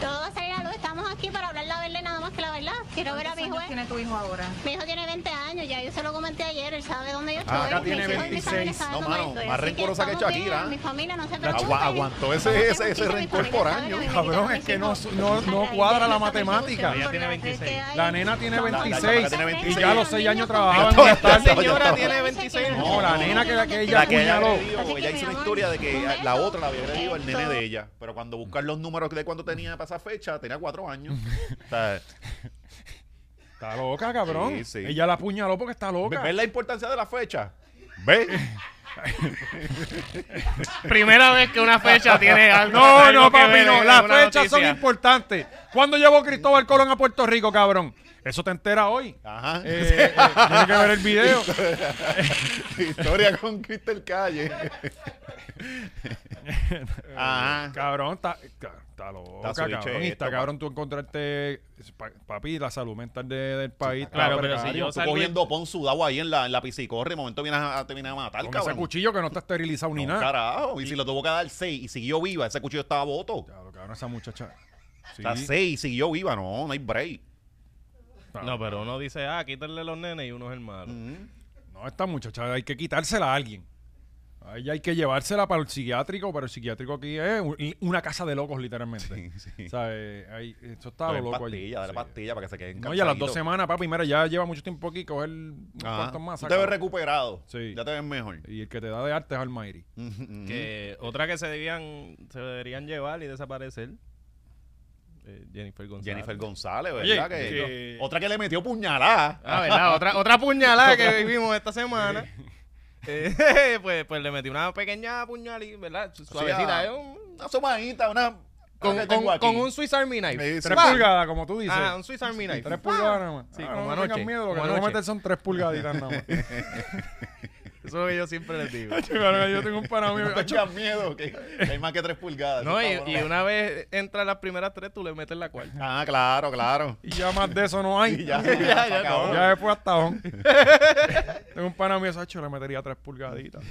F: todo va a salir a luz. Estamos aquí para hablar la verdad, nada más que la verdad. Quiero ver a mi
G: ¿Cuántos años
F: juez.
G: tiene tu hijo ahora?
F: Mi hijo tiene 20 años, ya yo se lo comenté ayer, él sabe dónde yo estoy.
B: Ah, acá
F: mis
B: tiene
F: hijos y mi familia
B: 26.
F: saben
B: No,
F: dónde
B: mano,
F: estoy,
B: más
F: así
B: rencorosa que
F: estamos bien,
B: Shakira.
F: Mi familia no se
B: Agua-
F: preocupe.
B: aguantó ese-
F: Conocemos
B: ese- ese
F: mucho, mi
B: rencor
F: familia
B: por
F: sabe que
B: años.
F: me
A: Cabrón,
F: metí
A: es que
F: con
A: no,
F: mis
A: no,
F: hijos.
A: no
F: Ay,
A: cuadra
F: ay,
A: la
F: ay,
A: matemática.
F: por
C: Ella tiene
F: la red
C: 26.
F: que hay.
A: La nena tiene
F: Son
A: 26
F: tantas
B: y
A: y
F: veces
A: ya a los 6
F: que los
A: años
F: niños
A: trabajaba en
B: con-
A: un
B: Esta
A: estar.
B: Esta
C: señora
B: señora
C: tiene
F: tiene
C: 26
F: 26
C: años.
A: No, la nena que, que ella
B: La que ella
A: apuñaló.
B: agredió,
F: Así que,
B: ella hizo una
F: mi amor,
B: historia de que
F: un
B: la- la
F: beso.
B: otra la había agredido el nene
F: Esto.
B: de ella. Pero cuando buscar los números de cuando tenía para esa fecha, tenía cuatro años. O sea,
A: Está loca, cabrón.
B: Sí, sí.
A: Ella la apuñaló porque está loca.
B: ¿Ves la importancia de la fecha? ¿Ves?
C: Primera vez que una fecha tiene algo.
A: No,
C: algo
A: no,
C: que
A: papi,
C: ver
A: no.
C: en
A: Las
C: una
A: fechas son
C: noticia.
A: importantes. ¿Cuándo llevó Cristóbal Colón a Puerto Rico, cabrón? Eso te entera hoy.
B: Ajá.
A: Eh, eh, tienes que ver el video.
B: Historia con Cristel Calle. Ajá.
A: Eh, Cabrón, está, ca- está loca,
B: Está su bicho
A: cabrón. Y está,
B: esto,
A: cabrón, tú encontrarte, pa- papi, la salud mental de- del país. está
C: claro, pero
A: precaria.
C: si yo
B: Tú
C: salgo-
B: cogiendo pon sudado ahí en la, en la piscicorre, de momento vienes a, a- te vienes a matar,
A: Con ese
B: cabrón.
A: cuchillo que no está esterilizado ni
B: No,
A: nada.
B: carajo. Y si lo tuvo que dar seis y siguió viva, ese cuchillo estaba voto.
A: Claro, cabrón, esa muchacha. Sí,
B: Está seis y siguió viva, no, no hay break.
A: está-
C: No, pero uno dice, ah, quítale los nenes y uno es el malo.
B: Mm-hmm.
A: No, esta muchacha hay que quitársela a alguien. A ella hay que llevársela para el psiquiátrico, pero el psiquiátrico aquí es un- una casa de locos, literalmente.
B: Sí, sí.
A: O sea, eh, hay- eso está
B: Dale
A: lo loco allí.
B: pastilla, dale
A: Sí.
B: pastilla para que se queden
A: No, y a las
B: cansaditos.
A: dos semanas, papi, mira, ya lleva mucho tiempo aquí, coger unos
B: Ajá.
A: cuantos más.
B: Tú te
A: sácalo.
B: ves recuperado.
A: Sí.
B: Ya te ves mejor.
A: y el que te da de arte es Almairi.
C: Que otra que se debían, se deberían llevar y desaparecer. eh, Jennifer González.
B: Jennifer González,
A: Oye,
B: ¿verdad? que,
A: que-
B: Otra que le metió puñalada.
C: Ah, verdad, otra, otra puñalada que vivimos esta semana. Eh, pues, pues le metí una pequeña puñalada, ¿verdad? Su- Suavecita,
B: Sí,
C: eh,
B: ah,
C: un-
B: Una somadita, una.
C: con,
B: que
C: con-
B: tengo aquí.
C: con un Swiss Army Knife.
B: Sí, sí.
A: Tres
C: Va.
A: pulgadas, como tú dices.
C: Ah, un Swiss Army Knife.
A: Tres pulgadas nada más.
C: Sí,
A: Ah,
C: como
A: no tengas
C: anoche,
A: miedo, lo que
C: como
A: te voy a
C: anoche.
A: meter son tres pulgaditas nada más.
C: es lo que yo siempre les digo.
A: Cabrón, yo tengo un pana mío.
B: No te echas miedo, que que hay más que tres pulgadas.
C: No,
B: Eso
C: y,
B: está
C: y
B: bueno.
C: una vez entran las primeras tres, tú le metes la cuarta.
B: Ah, claro, claro.
A: Y ya más de eso no hay.
B: Y ya,
A: ya,
B: ya,
C: ya,
B: acabó.
A: después hasta on. Tengo un pana mío, Sacho, le metería tres pulgaditas.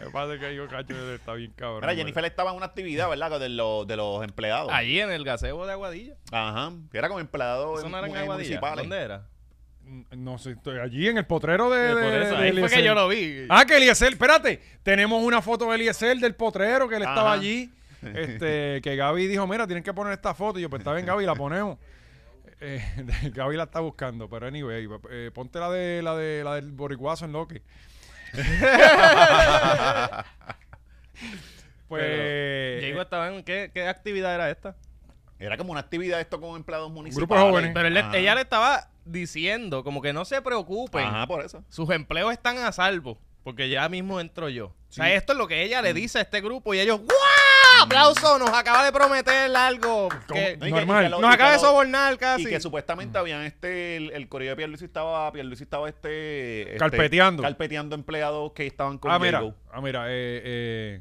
A: Me pasa que yo, cacho, está bien cabrón.
B: Mira, Jennifer estaba en una actividad, ¿verdad? De, los de los empleados.
C: Allí en el gasebo de Aguadilla.
B: Ajá. Que era como empleado
C: Eso
B: Pues, en-
C: no era en
B: en
C: Aguadilla.
B: municipales.
C: ¿Dónde era?
A: No sé, estoy allí en el potrero de.
C: Eh, por
A: de- de
C: eso, ahí fue que
A: Eliezer.
C: yo lo vi.
A: Ah, que Eliezer, espérate, tenemos una foto de Eliezer del potrero que él estaba
B: Ajá.
A: allí. Este, que Gaby dijo, mira, tienen que poner esta foto. Y yo, pues está bien, Gaby, la ponemos. Eh, Gaby la está buscando, pero anyway, eh, ponte la de la de la del boricuazo en Loki. pues
C: Diego estaba en ¿qué, qué actividad era esta?
B: Era como una actividad esto con empleados municipales.
A: Grupos jóvenes.
C: Pero él le-
B: Ajá.
C: ella le pues. estaba diciendo como que no se preocupen.
B: Ajá, por eso.
C: Sus empleos están a salvo. Porque ya mismo entro yo. O sea, esto es lo que ella le dice a este grupo y ellos ¡guau! ¡Aplauso! Nos acaba de prometer algo. que-
A: No, y que- normal.
B: lo-
C: nos
B: y
C: acaba de
B: lo-
C: sobornar
A: Ah,
C: casi.
B: Y que supuestamente habían este, el, el correo de Pierluisi estaba, Pierluisi estaba este, este-
A: Carpeteando.
B: Carpeteando empleados que estaban con
A: ah, mira,
B: Diego.
A: ah, mira, eh, eh,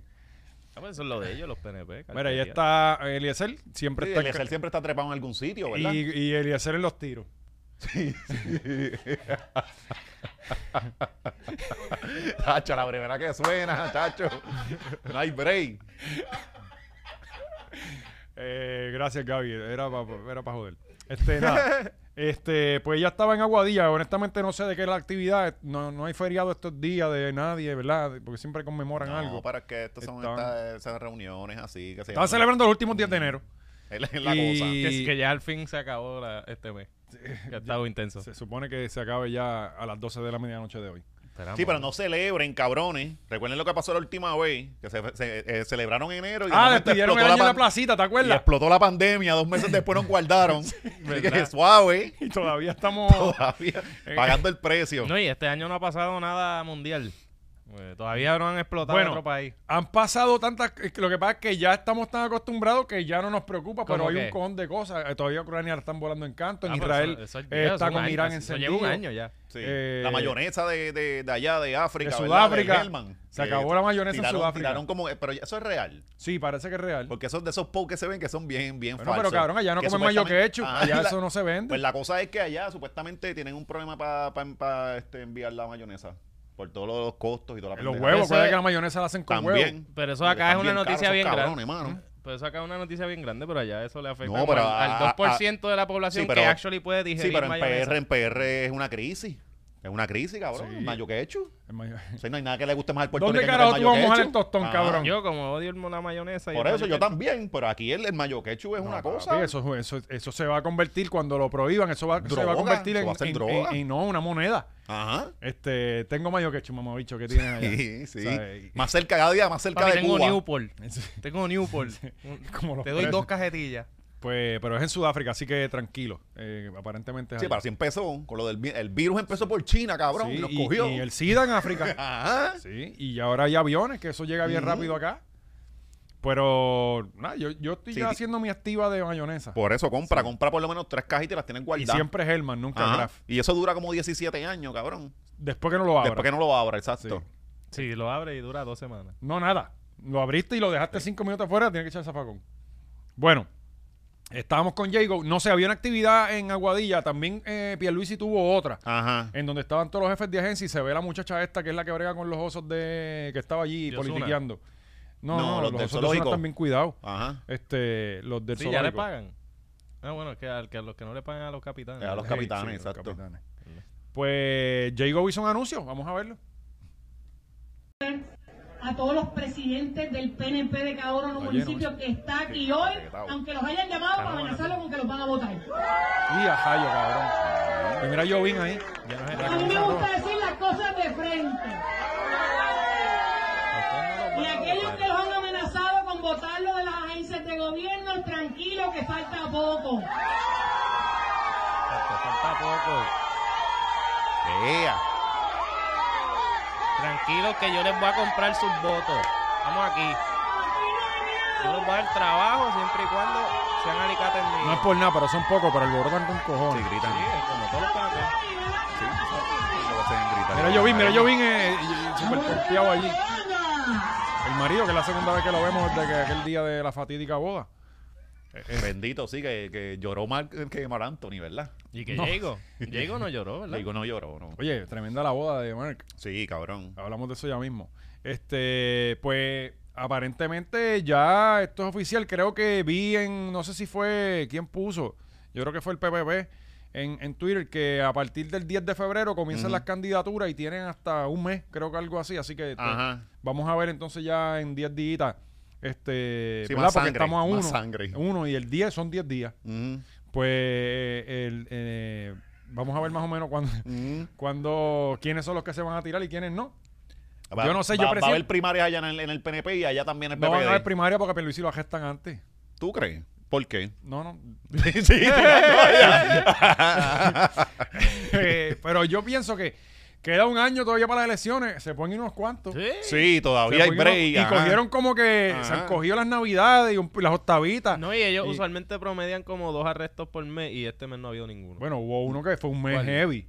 C: Ah, pues eso es lo de ellos, los PNP.
A: mira,
C: cartería.
A: ahí está Eliezer, siempre
B: Sí,
A: está
B: el Eliezer siempre está trepado en algún sitio, ¿verdad?
A: y, y Eliezer en los tiros.
B: Tacho, la primera que suena, tacho. No hay break.
A: Eh, gracias, Gaby. Era para era pa joder. Este, nada. Este, pues ya estaba en Aguadilla. Honestamente, no sé de qué era la actividad. No, no hay feriado estos días de nadie, ¿verdad? Porque siempre conmemoran
B: No,
A: algo.
B: pero es que estas son
A: Estaban-
B: estas- eh, esas reuniones así que se
A: Estaban celebrando los últimos días de enero.
B: Es la, es la
A: y-
B: cosa.
C: Que, es- que ya al fin se acabó la- este mes. Que ha estado intenso.
A: Se supone que se acabe ya a las 12 de la medianoche de hoy.
B: Sí, pero no celebren, cabrones. Recuerden lo que pasó la última vez, que se, se- eh, celebraron en enero y de
A: ah,
B: momento
A: despidieron el
B: explotó
A: año en la
B: pan-
A: placita, ¿te
B: y
A: acuerdas?
B: explotó la pandemia, dos meses después nos guardaron. Así que
C: ¿verdad?
B: suave,
A: Y todavía estamos.
B: todavía
A: Eh.
B: pagando el precio.
C: No, y este año no ha pasado nada mundial. Eh, todavía no han explotado
A: Bueno,
C: otro país.
A: Han pasado tantas. eh, Lo que pasa es que ya estamos tan acostumbrados que ya no nos preocupa, pero
C: ¿Cómo
A: hay un
C: qué?
A: cojón de cosas. Eh, Todavía Ucrania la están volando en canto. En
C: Ah, pero
A: Israel
C: eso- eso-
A: eh,
C: ya,
A: está
C: son
A: con
C: años,
A: Irán
C: eso
A: encendido.
C: lleva un año ya.
B: Sí.
A: Eh,
B: la mayonesa de, de, de allá, de África.
A: de
B: ¿verdad?
A: Sudáfrica.
B: Del Hellman.
A: Se
B: Eh,
A: acabó la mayonesa en
B: tiraron-
A: Sudáfrica.
B: tiraron como, eh, pero eso es real.
A: Sí, parece que es real.
B: Porque esos de esos posts que se ven que son bien, bien
A: Bueno,
B: falsos.
A: pero cabrón, allá no
B: que
A: comen mayo
B: supuestamente-
A: ketchup.
B: Ajá,
A: allá
B: la-
A: eso no se vende.
B: Pues la cosa es que allá supuestamente tienen un problema para este, enviar la mayonesa. Por todos los costos y toda la
A: los
B: pendeja.
A: huevos,
C: Ese-
A: acuérdate que la mayonesa la hacen con huevos.
B: También.
C: Pero eso acá es
B: Están
C: una
B: caros
C: noticia
B: esos
C: bien
B: cabrones, mano.
C: Pero eso acá es una noticia bien grande, pero allá eso le afecta
B: No,
C: como
B: pero
C: al, al
B: a- a-
C: 2% de la población
B: sí, pero-
C: que actually puede digerir
B: Sí, pero en
C: mayonesa.
B: PR, en PR es una crisis. Es una crisis, cabrón.
A: Sí.
B: Mayo ketchup.
A: El mayo-
B: O sea, no hay nada que le guste más al Puerto
A: ¿Dónde
B: Rico
A: carajo tú vas a mojar el tostón, cabrón?
C: Yo como odio el- la mayonesa. y
B: Por
C: el
B: eso
C: mayo
B: yo
C: ketchup.
B: también, pero aquí el, el mayo ketchup es una
A: Papi,
B: cosa.
A: eso, eso, eso se va a convertir cuando lo prohíban. Eso va, se va a
B: Droga,
A: convertir
B: eso
A: en,
B: va a ser
A: en-
B: droga.
A: en- en- no una moneda.
B: Ajá.
A: Este, tengo mayo ketchup, mamá bicho, que tienes allá.
B: Sí, sí.
A: O sea, y-
B: Más cerca cada día, más cerca
C: Papi,
B: de
C: tengo
B: Cuba.
C: Newport.
A: es-
C: Tengo Newport.
A: como los
C: Te doy
A: presos.
C: dos cajetillas.
A: Pues, pero es en Sudáfrica, así que tranquilo. Eh, aparentemente es
B: Sí,
A: allá.
B: pero así empezó. Con lo del vi- el virus empezó por China, cabrón.
A: Sí,
B: y nos
A: y-
B: cogió.
A: y el SIDA en África.
B: Ajá.
A: Sí, y ahora hay aviones, que eso llega bien rápido acá. Pero, nada, yo, yo estoy
B: Sí,
A: ya
B: ti-
A: haciendo mi activa de mayonesa.
B: Por eso compra, compra por lo menos tres cajitas y las tienen
A: y
B: guardadas.
A: siempre es Hellman, nunca
B: Ajá.
A: Graf.
B: Y eso dura como 17 años, cabrón.
A: Después que no lo abras.
B: Después que no lo abra, exacto.
A: Sí.
C: Sí, lo abre y dura dos semanas.
A: No, nada. Lo abriste y lo dejaste cinco minutos afuera, tienes que echar el zafacón. Bueno, estábamos con Jago. No sé, había una actividad en Aguadilla. También eh, Pierluisi tuvo otra.
B: Ajá.
A: En donde estaban todos los jefes de agencia y se ve la muchacha esta que es la que brega con los osos de que estaba allí
C: ¿De Ozuna?
A: politiqueando. No,
B: No,
A: no,
B: los
A: los,
B: del
A: osos de Ozuna
B: zoológico.
A: están bien cuidados.
B: Ajá.
A: Este, los del
C: Sí, ya le
A: zoológico.
C: pagan. Ah, bueno, que, al- que a los que no le pagan a los capitanes.
B: A los
A: Sí,
B: capitanes,
A: sí, los
B: exacto.
A: capitanes. Pues Jago hizo un anuncio, vamos a verlo.
G: a todos los presidentes del PNP de cada uno de los
A: Está lleno,
G: municipios que está aquí hoy, aunque los hayan llamado para amenazarlos con que los van a votar.
A: Y a Jayo, cabrón. Y mira a Jovín ahí.
C: Ya no es
G: A mí me gusta decir las cosas de frente. Y aquellos que los han amenazado con votarlo de las agencias de gobierno, tranquilo que falta poco.
C: Falta poco.
B: Ea.
C: Tranquilos que yo les voy a comprar sus votos. Vamos aquí. Yo les voy a dar trabajo siempre y cuando Sean alicates míos.
A: No es por nada, pero son pocos, pero alborotan con cojones.
B: Sí, gritan.
C: Sí, es como todos los canales.
B: Sí, lo hacen gritar.
A: Mira Jovín, mira Jovín eh, eh, súper confiado allí. El marido, que es la segunda vez que lo vemos desde que aquel día de la fatídica boda.
B: Bendito, sí, que, que lloró más que Mar Anthony, ¿verdad?
C: Y que
A: No.
C: Diego. Diego no lloró, ¿verdad?
B: Digo, no lloró, no.
A: Oye, tremenda la boda de Mark.
B: Sí, cabrón.
A: Hablamos de eso ya mismo. Este, pues aparentemente ya esto es oficial. Creo que vi en, no sé si fue, ¿quién puso? Yo creo que fue el PPP en, en Twitter que a partir del 10 de febrero comienzan las candidaturas y tienen hasta un mes, creo que algo así. Así que este,
B: Ajá.
A: vamos a ver entonces ya en 10 días. Este,
B: Sí,
A: ¿verdad?
B: más
A: Porque
B: sangre,
A: estamos a
B: más
A: uno,
B: sangre.
A: uno y el 10 son 10 días.
B: Mm,
A: Pues eh, el, eh, vamos a ver más o menos cuándo,
B: mm.
A: cuándo, quiénes son los que se van a tirar y quiénes no.
B: Va-
A: Yo no sé,
B: va-
A: yo
B: Va a
A: presiento-
B: haber primarias allá en el, en el PNP y allá también en el
A: No van a haber
B: PPD.
A: primaria porque Pierluisi lo gestan antes.
B: ¿Tú crees? ¿Por qué?
A: No, no.
B: sí, tirando allá.
A: Eh, pero yo pienso que queda un año todavía para las elecciones. Se ponen unos cuantos. Se
B: sí, todavía hay
A: ponen unos-
B: break.
A: y
B: ajá.
A: cogieron como que se
B: Ajá.
A: han cogido las navidades y, un- y las octavitas.
C: No, y ellos
A: Y-
C: usualmente promedian como dos arrestos por mes y este mes no ha habido ninguno.
A: Bueno, hubo uno que fue un mes
C: ¿Cuál?
A: heavy.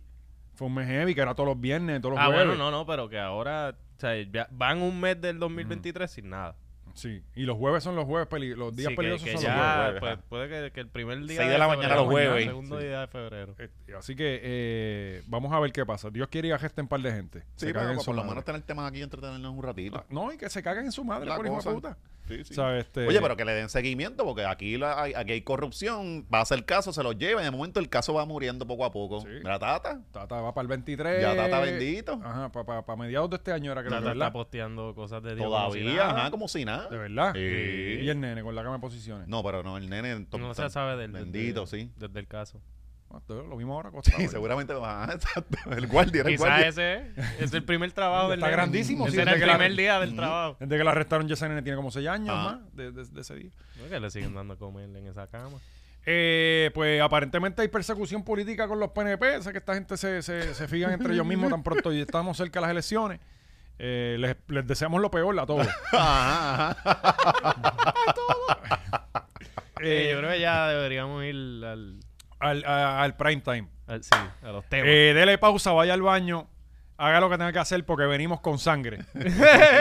A: Fue un mes heavy que era todos los viernes, todos los
C: ah,
A: jueves.
C: bueno, no, no, pero que ahora o sea, ya van un mes del 2023 sin nada.
A: Sí, y los jueves son los jueves, peli- los días
C: Sí, que-
A: peligrosos
C: que
A: son
C: ya,
A: los jueves.
B: jueves,
C: pues,
B: ajá.
C: puede que, que el primer día
B: Seis de la mañana
C: febrero,
A: los jueves.
C: El segundo día de febrero.
A: Este, así que, eh, vamos a ver qué pasa. Dios quiere ir a gesten un par de gente. Se caguen
B: Sí, pero pues,
A: en su
B: por lo
A: madre.
B: menos tener temas aquí y entretenernos un ratito.
A: No, y que se caguen en su madre,
B: La
A: por hijo de
B: cosa.
A: puta.
B: Sí, sí.
A: ¿Sabes? Este-
B: Oye, pero que le den seguimiento porque aquí, la, hay, aquí hay corrupción. Va a ser caso, se los lleva y de momento el caso va muriendo poco a poco.
A: Sí. Eh, ah,
B: Mira, Tata.
A: Tata va para el 23.
B: Ya Tata bendito.
A: Ajá, para mediados de este año era que
C: Tata
A: lo
C: está
A: ¿verdad?
C: posteando cosas de Dios. como si
B: Todavía,
C: nada.
B: ajá, como si nada.
A: De verdad.
B: Sí.
A: Y el nene con la cama de posiciones.
B: No, pero no, el nene.
C: No se sabe del
B: Bendito,
C: desde-
B: sí.
C: Desde el caso.
A: Ah, esto Lo mismo ahora
B: Sí,
A: costado.
B: Claro. seguramente lo van a- exacto, El guardia, el
C: Quizás
B: guardia.
C: ese es, es el primer trabajo del
A: Está Mm.
C: nene.
A: grandísimo, sí,
C: Ese era el
A: desde que la-
C: primer día del trabajo.
A: Desde que la arrestaron, ya ese nene tiene como 6 años
B: Ajá.
A: más de, de- de ese día.
C: ¿Por qué le siguen dando a comer en esa cama?
A: Eh, pues aparentemente hay persecución política con los PNP. O sea que esta gente se, se, se fijan entre ellos mismos tan pronto y estamos cerca de las elecciones. Eh, les, les deseamos lo peor a todos.
B: Ajá, ajá.
A: Eh,
C: Eh, yo creo que ya deberíamos ir al,
A: al, a- al prime time.
C: al- sí, a los temas.
A: Eh, dele pausa, vaya al baño, haga lo que tenga que hacer porque venimos con sangre.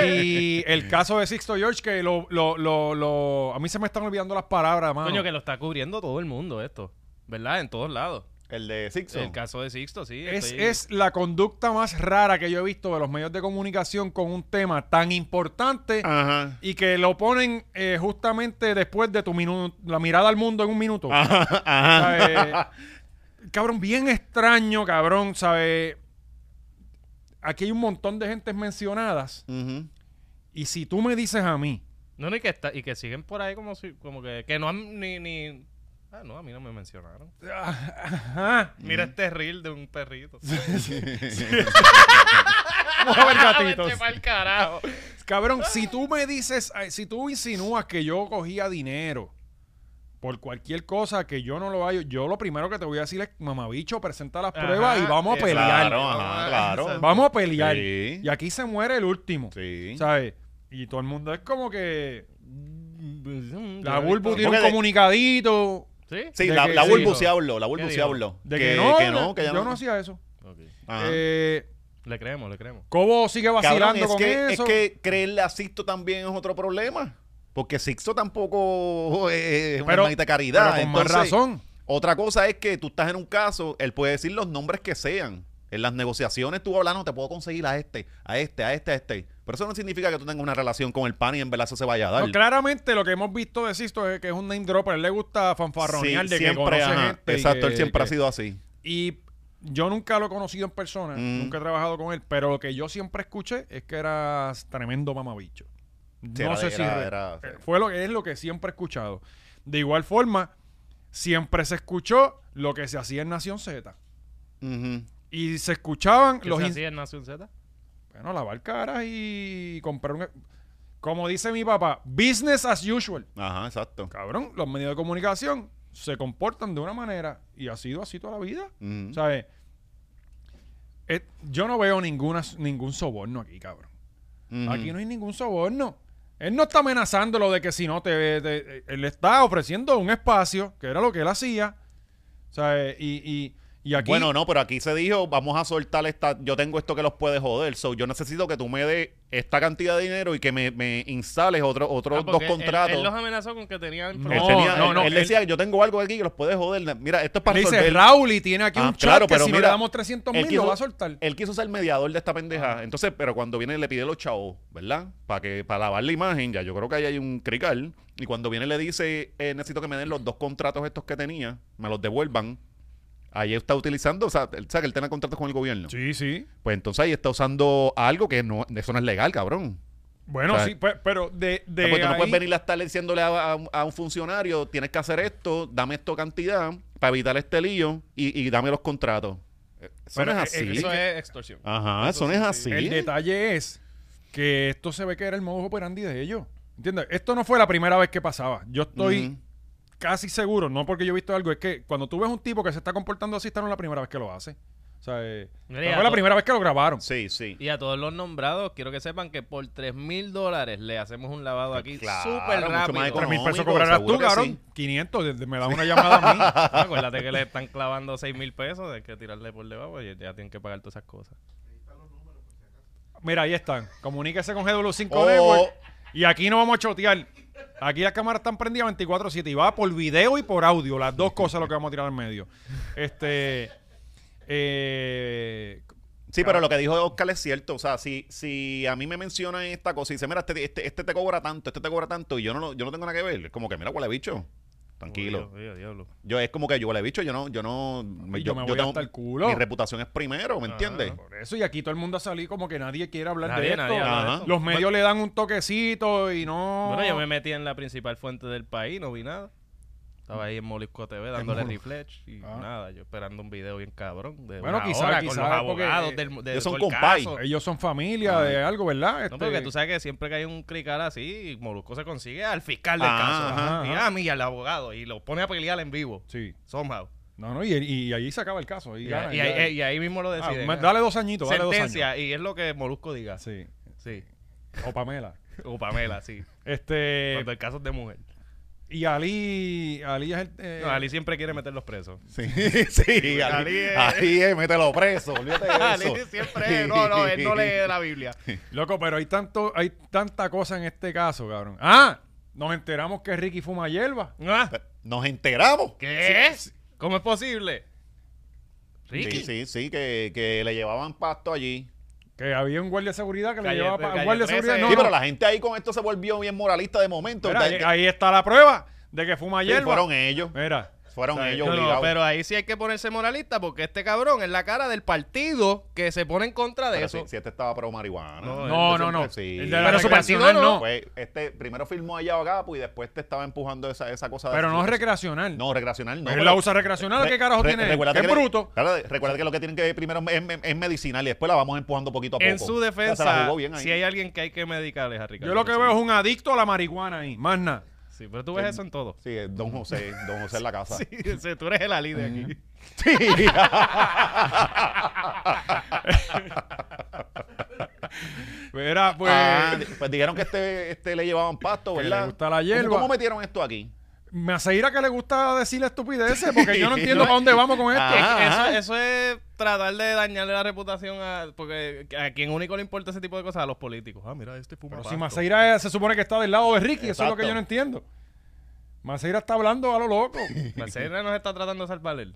A: y el caso de Sixto George, que lo, lo, lo, lo- a mí se me están olvidando las palabras, mano.
C: Coño, que lo está cubriendo todo el mundo esto, ¿verdad? En todos lados.
B: El de Sixto.
C: El caso de Sixto, sí.
A: es,
C: estoy-
A: es la conducta más rara que yo he visto de los medios de comunicación con un tema tan importante
B: Ah. Ajá.
A: y que lo ponen eh, justamente después de tu minuto, la mirada al mundo en un minuto.
B: Ajá.
A: ¿Sabe? Cabrón, bien extraño, cabrón, ¿sabes? Aquí hay un montón de gentes mencionadas.
B: Ujú.
A: Y si tú me dices a mí,
C: No, no, y que, está, y que siguen por ahí como si, como que, que no han ni, ni... Ah, no, a mí no me mencionaron.
A: ah, ajá,
C: Mira este reel de un perrito.
A: vamos a ver gatitos.
C: Vete pa'l carajo.
A: Cabrón, si tú me dices, ay, si tú insinúas que yo cogía dinero por cualquier cosa que yo no lo hallo, yo lo primero que te voy a decir es, mamabicho, presenta las
C: Ajá,
A: pruebas y vamos a
C: eh,
A: pelear.
B: Claro, ajá, claro.
A: Vamos a pelear.
B: Sí.
A: Y aquí se muere el último.
B: Sí.
A: ¿Sabes? Y todo el mundo es como que... La
C: La
A: Bulbu
B: Mm, Porque
A: tiene un
B: de-
A: comunicadito.
C: Mm, ¿Sí?
B: Sí,
A: de
B: la,
A: que-
B: la
A: sí,
B: Bulbu
C: no.
B: sí habló, la Bulbu
C: ¿Qué
B: sí
C: dijo?
B: habló.
A: De que, no,
B: que ya
A: yo no, hacía eso.
C: Ok.
B: Ajá.
A: Eh,
C: Le creemos, le creemos.
A: Cobo sigue vacilando
B: Cabrón, es
A: con
B: que,
A: eso.
B: es que creerle a Sixto también es otro problema. Porque Sixto tampoco eh, es una
A: Pero-
B: hermanita de caridad.
A: pero con más
B: Entonces,
A: razón.
B: Otra cosa es que tú estás en un caso, él puede decir los nombres que sean. En las negociaciones tú hablas, no te puedo conseguir a este, a este, a este, a este. Pero eso no significa que tú tengas una relación con el pan y en verdad eso se vaya a dar.
A: No, claramente lo que hemos visto de Sisto es que es un name dropper. A él le gusta fanfarronear
B: Sí,
A: de que conoce
B: ajá.
A: gente. y
B: Exacto,
A: que-
B: él siempre
A: que-
B: ha sido así.
A: Y yo nunca lo he conocido en persona,
B: Mm.
A: nunca he trabajado con él, pero lo que yo siempre escuché es que era tremendo mamabicho.
B: Sí,
A: no
B: era-
A: sé si
B: era-
A: re- eh,
B: era- sí.
A: fue lo que es lo que siempre he escuchado. De igual forma, siempre se escuchó lo que se hacía en Nación Z.
B: Ujú.
A: Y se escuchaban
C: ¿Qué
A: los
C: se
A: in-
C: hacía en Nación Z? Ah,
A: bueno, lavar caras y comprar un e-, como dice mi papá, business as usual.
B: Ajá, exacto.
A: Cabrón, los medios de comunicación se comportan de una manera y ha sido así toda la vida.
B: Ujú.
A: ¿Sabes? Eh, yo no veo ninguna, ningún soborno aquí, cabrón.
B: Ujú.
A: Aquí no hay ningún soborno. Él no está amenazando lo de que si no te, te- eh, él está ofreciendo un espacio, que era lo que él hacía. O sea, eh, y, y, y aquí
B: Bueno, no, pero aquí se dijo, vamos a soltar esta, yo tengo esto que los puede joder, so yo necesito que tú me des esta cantidad de dinero y que me, me instales otro, otros
C: Ah,
B: dos
C: porque él-
B: contratos.
C: Él, los amenazó con que tenían...
A: No,
B: Él tenía-
A: no,
B: él-
A: no,
B: él,
A: él-
B: decía, yo tengo algo aquí que los puede joder. Mira, esto es para
A: le dice
B: resolver.
A: Raúl y tiene aquí
B: Ah,
A: un chat
B: claro,
A: que
B: pero
A: si no
B: mira,
A: le damos 300
B: él
A: mil
B: quiso-
A: lo va a soltar.
B: Él quiso ser mediador de esta pendeja. Entonces, pero cuando viene le pide los chavos, ¿verdad? Para que para lavar la imagen, ya yo creo que ahí hay un crical. Y cuando viene le dice, eh, necesito que me den los dos contratos estos que tenía, me los devuelvan. Ahí está utilizando, o sea, él, o sea, que él tenía contratos con el gobierno.
A: Sí, sí.
B: Pues entonces ahí está usando algo que no, eso no es legal, cabrón.
A: Bueno,
B: O sea,
A: sí, pe- pero de, de
B: Porque Ah, pues tú no
A: Este, ahí-
B: puedes venir a estarle diciéndole a, a un- a un funcionario, tienes que hacer esto, dame esta cantidad para evitar este lío y, y dame los contratos. Eh, Eso
A: Pero,
B: no
A: eh,
B: es así.
C: Eso es extorsión.
B: Ajá, eso, no es así.
A: El detalle es que esto se ve que era el modus operandi de ellos. ¿Entiendes? Esto no fue la primera vez que pasaba. Yo estoy
B: Ujú.
A: casi seguro, no porque yo he visto algo, es que cuando tú ves un tipo que se está comportando así, esta no es la primera vez que lo hace. O sea, eh,
C: Mira,
A: esta
C: ya
A: fue la
C: to-
A: primera vez que lo grabaron.
B: Sí, sí.
C: Y a todos los nombrados, quiero que sepan que por 3 mil dólares le hacemos un lavado aquí
B: Pues Claro,
C: súper
B: mucho
C: rápido.
B: más
A: Tres mil pesos
B: económico,
A: cobrarás
B: seguro
A: tú,
B: que
A: cabrón.
B: sí.
A: 500, de- de- me da una llamada a mí.
C: Acuérdate que le están clavando 6 mil pesos, hay que tirarle por debajo y ya tienen que pagar todas esas cosas.
A: Mira, ahí están. Comuníquese con GW5
B: Oh.
A: Network. Y aquí no vamos a chotear. Aquí las cámaras están prendidas 24-7 y va por video y por audio. Las dos cosas lo que vamos a tirar al medio. Este. eh,
B: Sí, pero lo que dijo Oscar es cierto. O sea, si, si a mí me mencionan esta cosa y dice, mira, este, este, este te cobra tanto, este te cobra tanto, y yo no, lo- yo no tengo nada que ver, es como que, mira, huele bicho. Tranquilo.
C: Uy, Dios, diablo.
B: Yo es como que yo huele bicho, yo no, yo no.
A: yo me voy hasta el culo.
B: Mi reputación es primero, ¿me entiendes?
A: por eso, y aquí todo el mundo ha salido como que nadie quiere hablar
C: Nadie,
A: de esto.
C: nadie habla de
B: Ajá.
C: esto.
A: Los medios le dan un toquecito y no.
C: Bueno, yo me metí en la principal fuente del país, no vi nada. Estaba ahí en Molusco TV dándole reflex y
A: Ah.
C: nada, yo esperando un video bien cabrón. De
A: Bueno,
C: una
A: quizá-
C: hora
A: quizá
C: con los
A: porque,
C: abogados
A: eh,
C: del, de
B: ellos son
C: todo el
B: compay.
C: caso.
A: Ellos son familia de algo, ¿verdad?
C: No,
A: Este,
C: porque tú sabes que siempre que hay un crical así, Molusco se consigue al fiscal del
B: Ah,
C: caso.
A: ajá,
C: y
A: ajá.
C: a mí y al abogado. Y lo pone a pelear en vivo.
A: Sí.
C: Somehow.
A: No, no, y, y ahí se acaba el caso. Y,
C: Y,
A: gana,
C: ahí-
A: y
C: y
A: ya.
C: ahí, y ahí mismo lo
A: Ah,
C: deciden.
A: me- dale dos añitos, dale dos años.
C: Sentencia. Y es lo que Molusco diga. Sí.
A: Sí. O Pamela.
C: O Pamela, sí.
A: Este.
C: Cuando el caso es de mujer.
A: Y Ali. Ali es el. eh,
C: No, Ali siempre quiere meterlos presos.
B: Sí, sí,
C: Ali
B: ahí,
C: es-
B: ahí es, mételo preso, olvídate de eso.
C: Ali siempre. No, no, él no lee la Biblia.
A: Loco, pero hay tanto, hay tanta cosa en este caso, cabrón. Ah, nos enteramos que Ricky fuma hierba.
C: Ah,
B: Nos enteramos.
C: ¿Qué es? ¿Cómo es posible? Ricky.
B: Sí, sí, sí, que, que le llevaban pasto allí.
A: Que había un guardia de seguridad que le
C: Calle-
A: llevaba pa-
C: calle
A: un guardia de
C: 13.
A: seguridad. No,
B: sí,
A: no.
B: pero la gente ahí con esto se volvió bien moralista de momento.
A: Mira,
B: Da-
A: ahí, ahí está la prueba de que fuma
B: sí,
A: hierba.
B: fueron ellos.
A: Mira,
B: Fueron
A: O sea,
B: ellos
C: No, no,
B: obligados.
C: pero ahí sí hay que ponerse moralista porque este cabrón es la cara del partido que se pone en contra de
B: Pero
C: eso.
B: Si, si este estaba pro marihuana.
C: No,
A: no,
B: Este
A: no, no.
B: siempre- sí.
A: El de la
C: Pero su
A: recreacional
C: partido no.
A: no.
B: Pues, este primero firmó allá o acá, pues, y después te estaba empujando esa, esa cosa. de-
A: Pero no es recreacional.
B: No, recreacional no.
A: Él
B: pero-
A: la usa recreacional,
B: Re-
A: ¿qué carajo
B: re-
A: tiene? él?
B: recuerda
A: Que Es
B: que-
A: bruto.
B: claro, recuerda que lo que tienen que ver primero es, es- es medicinal y después la vamos empujando poquito a poco.
C: En su
B: O sea, se la
C: defensa,
B: jugó bien ahí.
C: si hay alguien que hay que medicar es a Ricardo.
A: Yo lo que
C: Rosselló.
A: veo es un adicto a la marihuana ahí, más nada.
C: Sí, pero tú ves eso en todo.
B: Sí, es don José, don José en la casa.
C: Sí, sí, tú eres el Ali de aquí.
B: Sí.
A: Era, pues.
B: Ah, di- pues dijeron que este, este le llevaban pasto,
A: Que le
B: ¿verdad?
A: gusta la
B: ¿Cómo-
A: hierba.
B: ¿Cómo metieron esto aquí?
A: me hace ir a que le gusta decir estupideces porque yo no entiendo para dónde vamos con esto.
B: Ah,
C: eso,
B: ajá.
C: eso es tratar de dañarle la reputación a. Porque a quien único le importa ese tipo de cosas, a los políticos. Ah, mira, este fuma.
A: Pero
C: pasto.
A: si Maceira es- se supone que está del lado de Ricky, eso es lo que
B: Exacto.
A: yo no entiendo. Maceira está hablando a lo loco.
C: Maceira nos está tratando de salvar él.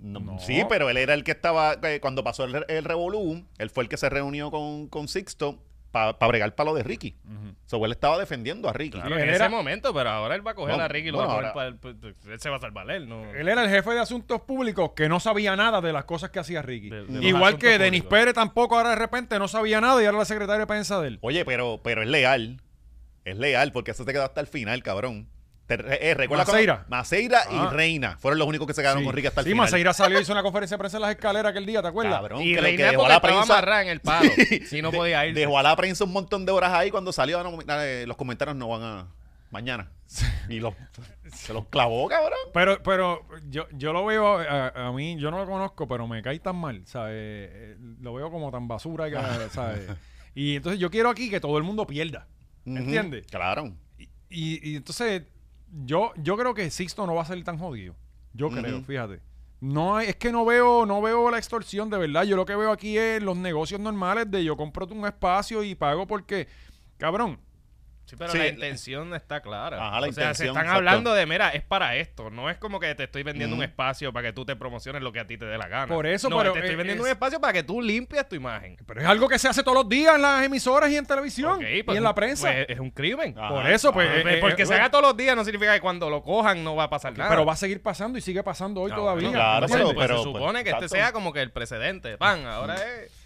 B: No,
A: No.
B: Sí, pero él era el que estaba, eh, cuando pasó el, el revolú, él fue el que se reunió con, con Sixto para bregar para lo de Ricky. So, él estaba defendiendo a Ricky.
A: Claro,
C: en
A: él
C: ese
A: Ah, era-
C: momento, pero ahora él va a coger
B: No,
C: a Ricky y lo
B: bueno,
C: va a poner para el- Él se va a salvar él, ¿no?
A: Él era el jefe de asuntos públicos que no sabía nada de las cosas que hacía Ricky.
C: De- de los
A: Igual
C: asuntos
A: que Denis
C: públicos.
A: Pérez tampoco ahora de repente no sabía nada y era la secretaria de prensa de él.
B: Oye, pero, pero es leal. Es leal, porque eso te quedó hasta el final, cabrón. Te, re- eh, ¿recuerdas cuando-
A: Maceira.
B: Maceira
A: Ah.
B: y Reina fueron los únicos que se quedaron
A: Sí.
B: con Ricky hasta el
A: Sí,
B: final.
A: Maceira salió y hizo una conferencia de prensa en las escaleras aquel día, ¿te acuerdas?
B: Cabrón,
C: Y
B: que le- que
C: Reina
B: dejó a
C: porque
B: la
C: estaba
B: prensa.
C: amarrada en el palo. si no podía ir.
B: Dejó a la prensa un montón de horas ahí. Cuando salió, "Ah, no, eh, los comentarios no van a. Mañana. Y los, se los clavó, cabrón.
A: Pero, pero yo, yo lo veo, a, a mí, yo no lo conozco, pero me cae tan mal, ¿sabes? Eh, Lo veo como tan basura, que, ¿sabes? Y entonces yo quiero aquí que todo el mundo pierda.
B: Ujú,
A: ¿Entiendes?
B: Claro.
A: Y, y entonces, yo, yo creo que Sixto no va a ser tan jodido. Yo
B: Ujú.
A: creo, fíjate. No, hay- es que no veo, no veo la extorsión de verdad. Yo lo que veo aquí es los negocios normales de yo compro un espacio y pago porque, cabrón,
C: Sí, pero
B: Sí,
C: la
B: la-
C: intención está clara.
B: Ajá, la
C: o sea, se
B: intención,
C: están
B: exacto.
C: hablando de, mira, es para esto. No es como que te estoy vendiendo un
B: Ujú.
C: espacio para que tú te promociones lo que a ti te dé la gana.
A: Por eso,
C: no,
A: pero
C: te estoy
A: es-
C: vendiendo
A: es-
C: un espacio para que tú limpies tu imagen.
A: pero es algo que se hace todos los días en las emisoras y en televisión
C: Ok,
A: y
C: pues,
A: en la prensa.
C: pues, es un crimen.
B: Ajá.
A: Por eso, pues,
C: Pues,
A: eh, eh,
C: porque
A: eh,
C: se haga todos los días no significa que cuando lo cojan no va a pasar nada.
A: Pero va a seguir pasando y sigue pasando hoy
C: No,
A: todavía.
C: bueno,
B: claro,
A: ¿entiendes?
B: pero-
C: pues, se
B: pues,
C: supone que
B: exacto.
C: este sea como que el precedente. Pan, ahora
A: Mm.
C: es...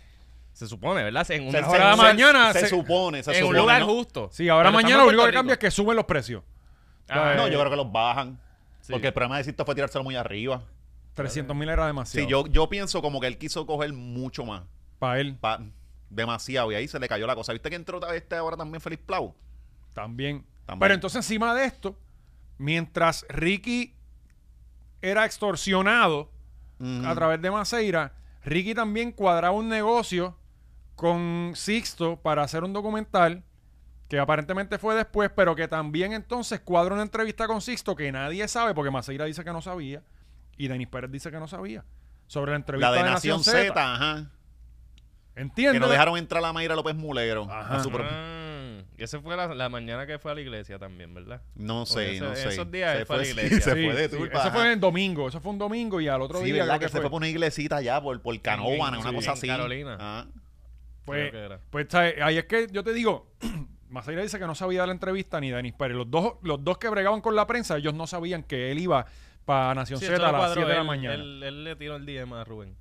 C: Se supone, ¿verdad? En un,
B: Se-
A: Ahora
B: se-
A: la mañana
B: Se,
A: se-
B: supone, se
C: en un
B: supone,
C: lugar
B: ¿no?
C: justo.
A: Sí, ahora
C: Pero
A: mañana
C: estamos
A: lo
C: en
A: único que
C: Puerto
A: cambia es
C: Rico.
A: que suben los precios.
C: Ah,
B: No,
A: Eh,
B: yo creo que los bajan.
C: Sí.
B: Porque el problema de Sisto fue tirárselo muy arriba.
A: 300 mil era
B: Sí,
A: demasiado.
B: yo, yo pienso como que él quiso coger mucho más.
A: Para él
B: pa- demasiado. Y ahí se le cayó la cosa. ¿Viste que entró otra vez este ahora también Feliz Plau?
A: también.
B: También.
A: Pero entonces, encima de esto, mientras Ricky era extorsionado a través de Maceira, Ricky también cuadraba un negocio con Sixto para hacer un documental que aparentemente fue después, pero que también entonces cuadra una entrevista con Sixto que nadie sabe, porque Maceira dice que no sabía y Denis Pérez dice que no sabía. Sobre la entrevista
B: La de Nación Z, ajá.
A: ¿Entiendes?
B: Que no dejaron entrar a la Mayra López Mulero.
A: Ajá.
B: A su pro-
C: Ah, y esa fue la, la mañana que fue a la iglesia también, ¿verdad?
B: No sé,
C: Ese-
B: no sé.
C: esos días
B: se
C: él fue a la
B: sí,
C: iglesia.
B: se
A: Sí,
B: fue de
A: sí,
B: turpa.
A: Eso
B: ajá.
A: fue en domingo, eso fue un domingo y al otro
B: Sí,
A: día
B: verdad
A: creo
B: que, se fue por una iglesita allá, por, por Canóvana,
C: en-
B: una
C: sí,
B: cosa
C: en
B: así.
C: Carolina.
B: Ajá.
A: Pues,
C: Creo que era.
A: pues, ¿sabes? ahí es que yo te digo, Maceira dice que no sabía de la entrevista ni Denis Pérez. Los dos, los dos que bregaban con la prensa, ellos no sabían que él iba para Nación
C: Sí,
A: Z
C: esto
A: a
C: lo
A: las
C: cuadró
A: 7 de la
C: él-
A: mañana.
C: Él, él le tiró el DM a Rubén.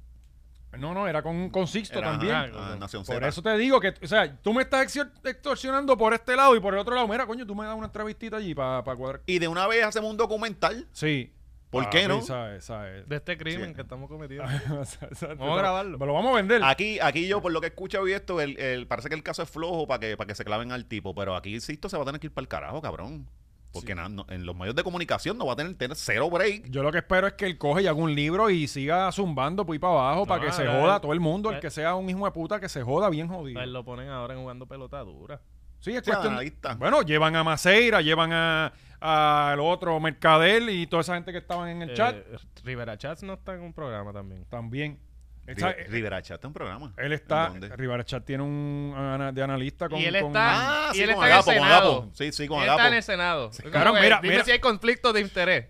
A: No, no, era con, con Sixto
B: Era,
A: también.
B: ajá, ah, Nación
A: por
B: Z.
A: eso te digo que, o sea, tú me estás exor- extorsionando por este lado y por el otro lado. Mira, coño, tú me das una entrevistita allí para cuadrar.
B: Y de una vez hacemos un documental.
A: Sí.
B: ¿Por
A: Ah,
B: qué no?
A: sí, sabes, sabes.
C: De este crimen
B: Sí.
C: que estamos cometiendo.
A: O sea, o sea,
C: Vamos a grabarlo.
A: Pero lo vamos a vender.
B: Aquí, aquí yo, por lo que he escuchado y esto, el, el- parece que el caso es flojo para que, para que se claven al tipo, pero aquí Sisto se va a tener que ir para el carajo, cabrón. Porque na- no- en los medios de comunicación no va a tener, tener cero break.
A: Yo lo que espero es que él coge y haga un libro y siga zumbando por ahí para abajo para que
C: Ah,
A: se
C: él-
A: joda a todo el mundo, el
C: él-
A: que sea un hijo de puta que se joda bien jodido.
C: A él lo ponen ahora en jugando pelota dura.
A: Sí, es
B: Sí,
A: cuestión.
B: analista.
A: Bueno, llevan a Maceira, llevan a al otro Mercadel y toda esa gente que estaban en el
C: Eh,
A: chat
C: Rivera Chats no está en un programa también.
A: también. Está-
B: Ri- Rivera Chat está en un programa.
A: él está,
B: ¿En dónde?
A: Rivera Chat tiene un ana- de analista con
C: y él
A: con-
B: Ah,
C: está, y
B: sí,
C: él
B: con
C: está en el
B: Agapo, con
C: Senado.
B: Agapo. Sí, sí, con
C: Él está en
B: Agapo.
C: el Senado. Es como
A: Claro,
C: que,
A: mira,
C: dime
A: mira.
C: si hay conflicto de interés.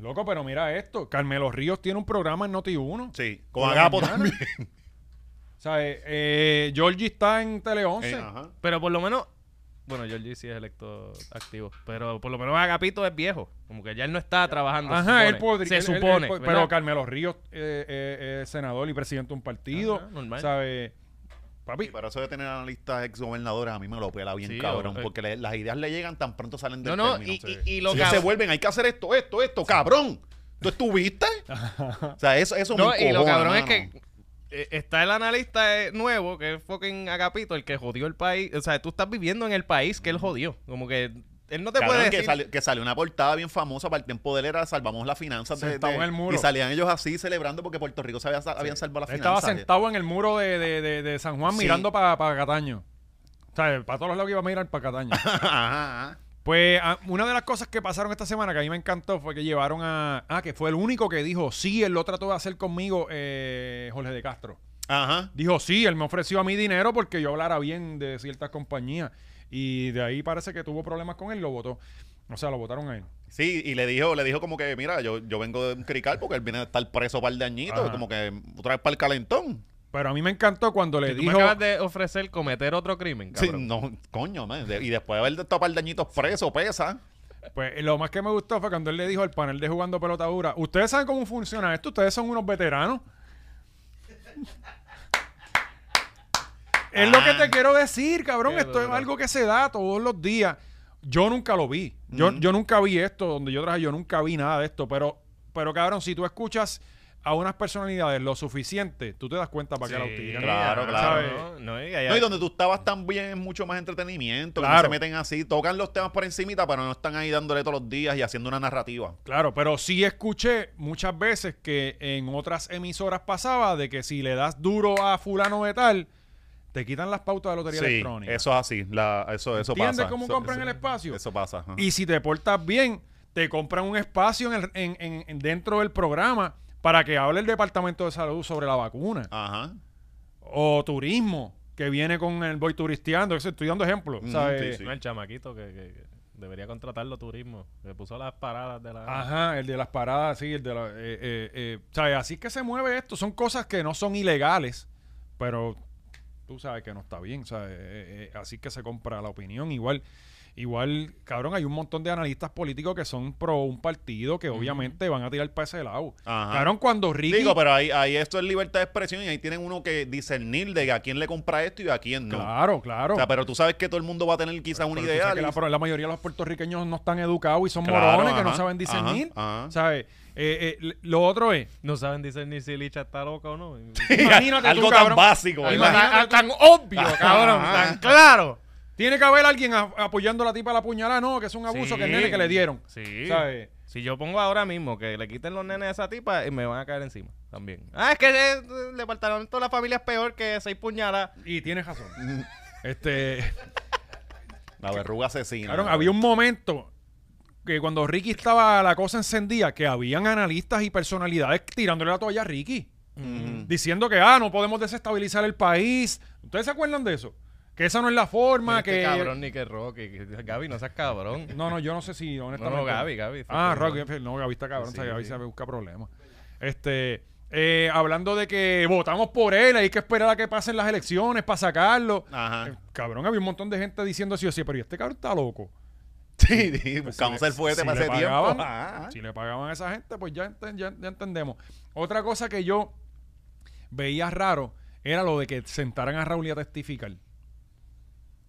A: Loco, pero mira esto, Carmelo Ríos tiene un programa en Noti 1.
B: Sí, con Agapo también.
A: O sea, eh, eh, Georgie está en Tele 11.
B: Eh, ajá.
C: Pero por lo menos... Bueno, Georgie sí es electo activo. Pero por lo menos Agapito es viejo. Como que ya él no está trabajando.
A: Ajá,
C: se
A: él
C: supone.
A: podría.
C: Se
A: él- él- él
C: supone.
A: po-
C: ¿verdad?
A: pero Carmelo Ríos eh, eh, es senador y presidente de un partido.
C: Ajá, normal.
A: ¿Sabe?
B: Sí,
A: Papi,
B: pero eso de tener analistas exgobernadores a mí me lo pela bien
C: Sí,
B: cabrón,
C: o- eh.
B: porque le- las ideas le llegan tan pronto salen
C: No,
B: del
C: no,
B: término.
C: y,
B: Sí.
C: y, y lo
B: Ellos se
C: cabrón-
B: vuelven, hay que hacer esto, esto, esto, cabrón. ¿Tú estuviste? o sea, eso, eso me
C: No, y lo
B: encojona,
C: cabrón es
B: mano.
C: que eh, está el analista eh, nuevo, que es fucking Agapito, el que jodió el país. O sea, tú estás viviendo en el país que él jodió. Como que él no te
B: Cabrón,
C: puede
B: que,
C: decir...
B: salió, que salió una portada bien famosa para el tiempo de él era Salvamos las finanzas. de-
A: Sentado
B: de-
A: en el muro.
B: Y salían ellos así celebrando porque Puerto Rico se había, sa- habían salvado las
A: él
B: finanzas.
A: estaba sentado en el muro de, de- de- de San Juan
B: Sí.
A: mirando para Cataño. O sea, para todos los lados que iba a mirar para Cataño.
B: Ajá, ajá.
A: pues ah, una de las cosas que pasaron esta semana que a mí me encantó fue que llevaron a. Ah, que fue el único que dijo sí, él lo trató de hacer conmigo, eh, Jorge de Castro.
B: Ajá.
A: Dijo, sí, él me ofreció a mí dinero porque yo hablara bien de ciertas compañías. Y de ahí parece que tuvo problemas con él, lo votó. O sea, lo votaron a él.
B: Sí, y le dijo, le dijo como que, mira, yo, yo vengo de un crical porque él viene a estar preso par de añitos,
A: Ajá.
B: como que otra vez para el calentón.
A: Pero a mí me encantó cuando le
C: Si tú
A: dijo.
C: me acabas de ofrecer cometer otro crimen,
B: Sí,
C: cabrón.
B: no, coño, man. De- y después de haber estado par de añitos preso, pesa.
A: Pues lo más que me gustó fue cuando él le dijo al panel de jugando pelota dura: Ustedes saben cómo funciona esto, ustedes son unos veteranos. es lo que
B: Ah.
A: te quiero decir, cabrón.
C: Qué
A: Esto es
C: duro.
A: algo que se da todos los días. Yo nunca lo vi. Yo, yo nunca vi esto, donde yo traje, yo nunca vi nada de esto. Pero, pero cabrón, si tú escuchas a unas personalidades lo suficiente, tú te das cuenta para
C: Sí,
A: que la utilizan.
B: Claro,
C: ah,
B: claro.
C: No, no, y allá-
B: No, y donde tú estabas también es mucho más entretenimiento, que no
A: Eh, Claro.
B: se meten así, tocan los temas por encimita, pero no están ahí dándole todos los días y haciendo una narrativa.
A: Claro, pero sí escuché muchas veces que en otras emisoras pasaba de que si le das duro a fulano de tal, te quitan las pautas de lotería
B: Sí,
A: electrónica.
B: eso es así. La, eso, eso
A: ¿Entiendes
B: pasa.
A: cómo
B: Eso-
A: compran
B: eso-
A: el espacio?
B: Eso pasa. ajá.
A: Y si te portas bien, te compran un espacio en el- en- en- en- dentro del programa para que hable el Departamento de Salud sobre la vacuna.
B: Ajá.
A: O turismo, que viene con el Voy Turisteando. Eso Estoy dando ejemplos.
B: Ujú,
A: ¿sabes?
B: sí, sí.
H: No, el chamaquito que, que- que debería contratarlo turismo. Le puso las paradas de la.
A: Ajá, el de las paradas, sí, el de la... eh, eh, eh, ¿sabes? Así es que se mueve esto. Son cosas que no son ilegales, pero tú sabes que no está bien, ¿sabes? Eh, eh, eh, así que se compra la opinión. Igual, igual, cabrón, hay un montón de analistas políticos que son pro un partido que obviamente van a tirar para ese lado.
B: Ajá.
A: Cabrón, cuando Ricky...
B: Digo, pero ahí, ahí esto es libertad de expresión y ahí tienen uno que discernir de a quién le compra esto y a quién no.
A: Claro, claro.
B: O sea, pero tú sabes que todo el mundo va a tener quizás un
A: Pero tú sabes
B: ideal.
A: que
B: y-
A: la, pro- la mayoría de los puertorriqueños no están educados y son
B: Claro,
A: morones que
B: ajá,
A: no saben discernir.
B: ajá, ajá.
A: ¿Sabes? Eh, eh, lo otro es...
H: No saben discernir si Licha está loca o no.
A: Imagínate
B: Algo
A: tú,
B: tan
A: cabrón.
B: básico, ¿verdad?
A: Imagínate
C: Ah,
A: tú.
C: tan obvio, cabrón,
B: Ajá.
C: tan claro.
A: Tiene que haber alguien a- apoyando a la tipa a la puñalada, no, que es un abuso
C: Sí.
A: que el nene que le dieron.
C: Sí.
A: ¿Sabes?
C: Si yo pongo ahora mismo que le quiten los nenes a esa tipa, eh, me van a caer encima también. Ah, es que le- el departamento de la familia es peor que seis puñalas.
A: Y tienes razón. este,
B: La verruga asesina.
A: claro, había un momento que cuando Ricky estaba la cosa encendida, que habían analistas y personalidades tirándole la toalla a Ricky,
B: Ujú.
A: diciendo que, ah, no podemos desestabilizar el país. ¿Ustedes se acuerdan de eso? Que esa no es la forma,
C: Este
A: que...
C: cabrón ni que Rocky. que- Gaby, no seas cabrón.
A: No, no, yo no sé si honestamente.
C: No, no, Gaby, Gaby.
A: Ah, Rocky, no, Gaby está cabrón,
C: Sí,
A: o sea, Gaby
C: sí.
A: se busca problemas. Este, eh, hablando de que votamos por él, hay que esperar a que pasen las elecciones para sacarlo.
B: Ajá.
A: Eh, Cabrón, había un montón de gente diciendo así, así, pero ¿y este cabrón está loco.
B: Sí, sí, buscamos el fuerte
A: pues, Si
B: para
A: le
B: ese
A: pagaban-
B: tiempo. Ah, Ajá.
A: Si le pagaban a esa gente, pues ya, enten- ya- ya entendemos. Otra cosa que yo veía raro era lo de que sentaran a Raúl y a testificar.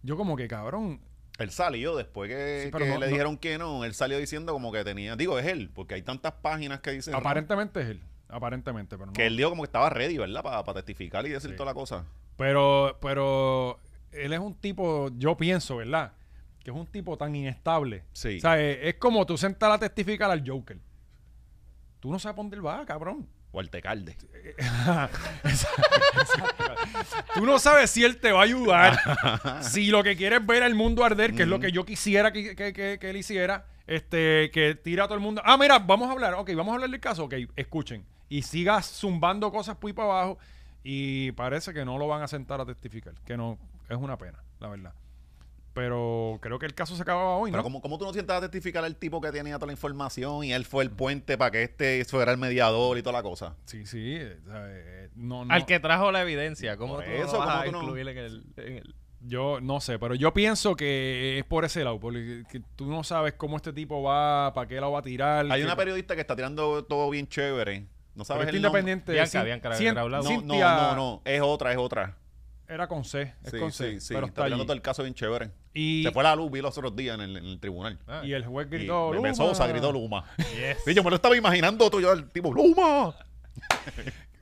A: Yo como que, cabrón,
B: Él salió después que,
A: Sí, pero
B: que
A: no-
B: le
A: no-
B: dijeron que no. Él salió diciendo como que tenía. Digo, es él, porque hay tantas páginas que dicen.
A: aparentemente es él. Aparentemente, pero no.
B: Que él dijo como que estaba ready, ¿verdad? Para testificar y decir toda la cosa.
A: Pero, pero él es un tipo, yo pienso, ¿verdad? Que es un tipo tan inestable.
B: Sí.
A: O sea, eh, es como tú sentar a testificar al Joker. Tú no sabes por dónde él va, cabrón.
B: O Altecalde.
A: Tú no sabes si él te va a ayudar. si lo que quieres es ver el mundo arder, que es lo que yo quisiera que, que- que- que él hiciera, este, que tira a todo el mundo. Ah, mira, vamos a hablar. Ok, vamos a hablar del caso. Ok, escuchen. Y siga zumbando cosas por ahí para abajo. Y parece que no lo van a sentar a testificar. Que no, es una pena, la verdad. Pero creo que el caso se acababa hoy, ¿no?
B: Pero como, como tú no sientas a testificar al tipo que tenía toda la información y él fue el puente para que este fuera el mediador y toda la cosa.
A: Sí, sí. eh, o sea, eh, no, no.
C: Al que trajo la evidencia. ¿Cómo
B: Por
C: tú
B: eso,
C: eso, vas
B: ¿cómo
C: a
B: tú no?
C: incluir en el, en el-
A: Yo no sé, pero yo pienso que es por ese lado, porque que tú no sabes cómo este tipo va, para qué lado va a tirar.
B: Hay
A: que-
B: una periodista que está tirando todo bien chévere. No
A: pero
B: sabes
A: este
B: el nombre.
A: independiente.
C: Bianca,
A: Cin-
C: Bianca,
A: Cin-
C: Raúl.
B: No,
C: Hablado.
B: no,
A: Cintia
B: no, no, es otra, es otra.
A: Era con C, es
B: Sí,
A: con C,
B: sí, sí.
A: pero
B: Está,
A: está,
B: tirando
A: allí.
B: todo el caso bien chévere.
A: Y,
B: Se fue la luz, vi los otros días en el, en el tribunal.
C: Ah,
A: y el juez
B: Y
A: gritó.
B: me- me
A: "Luma".
B: Sosa gritó Luma. Sí, yo me lo estaba imaginando todo yo al tipo Luma.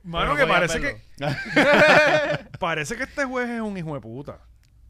A: Mano,
C: Pero no
A: que
C: podía
A: parece
C: verlo.
A: que. parece que este juez es un hijo de puta.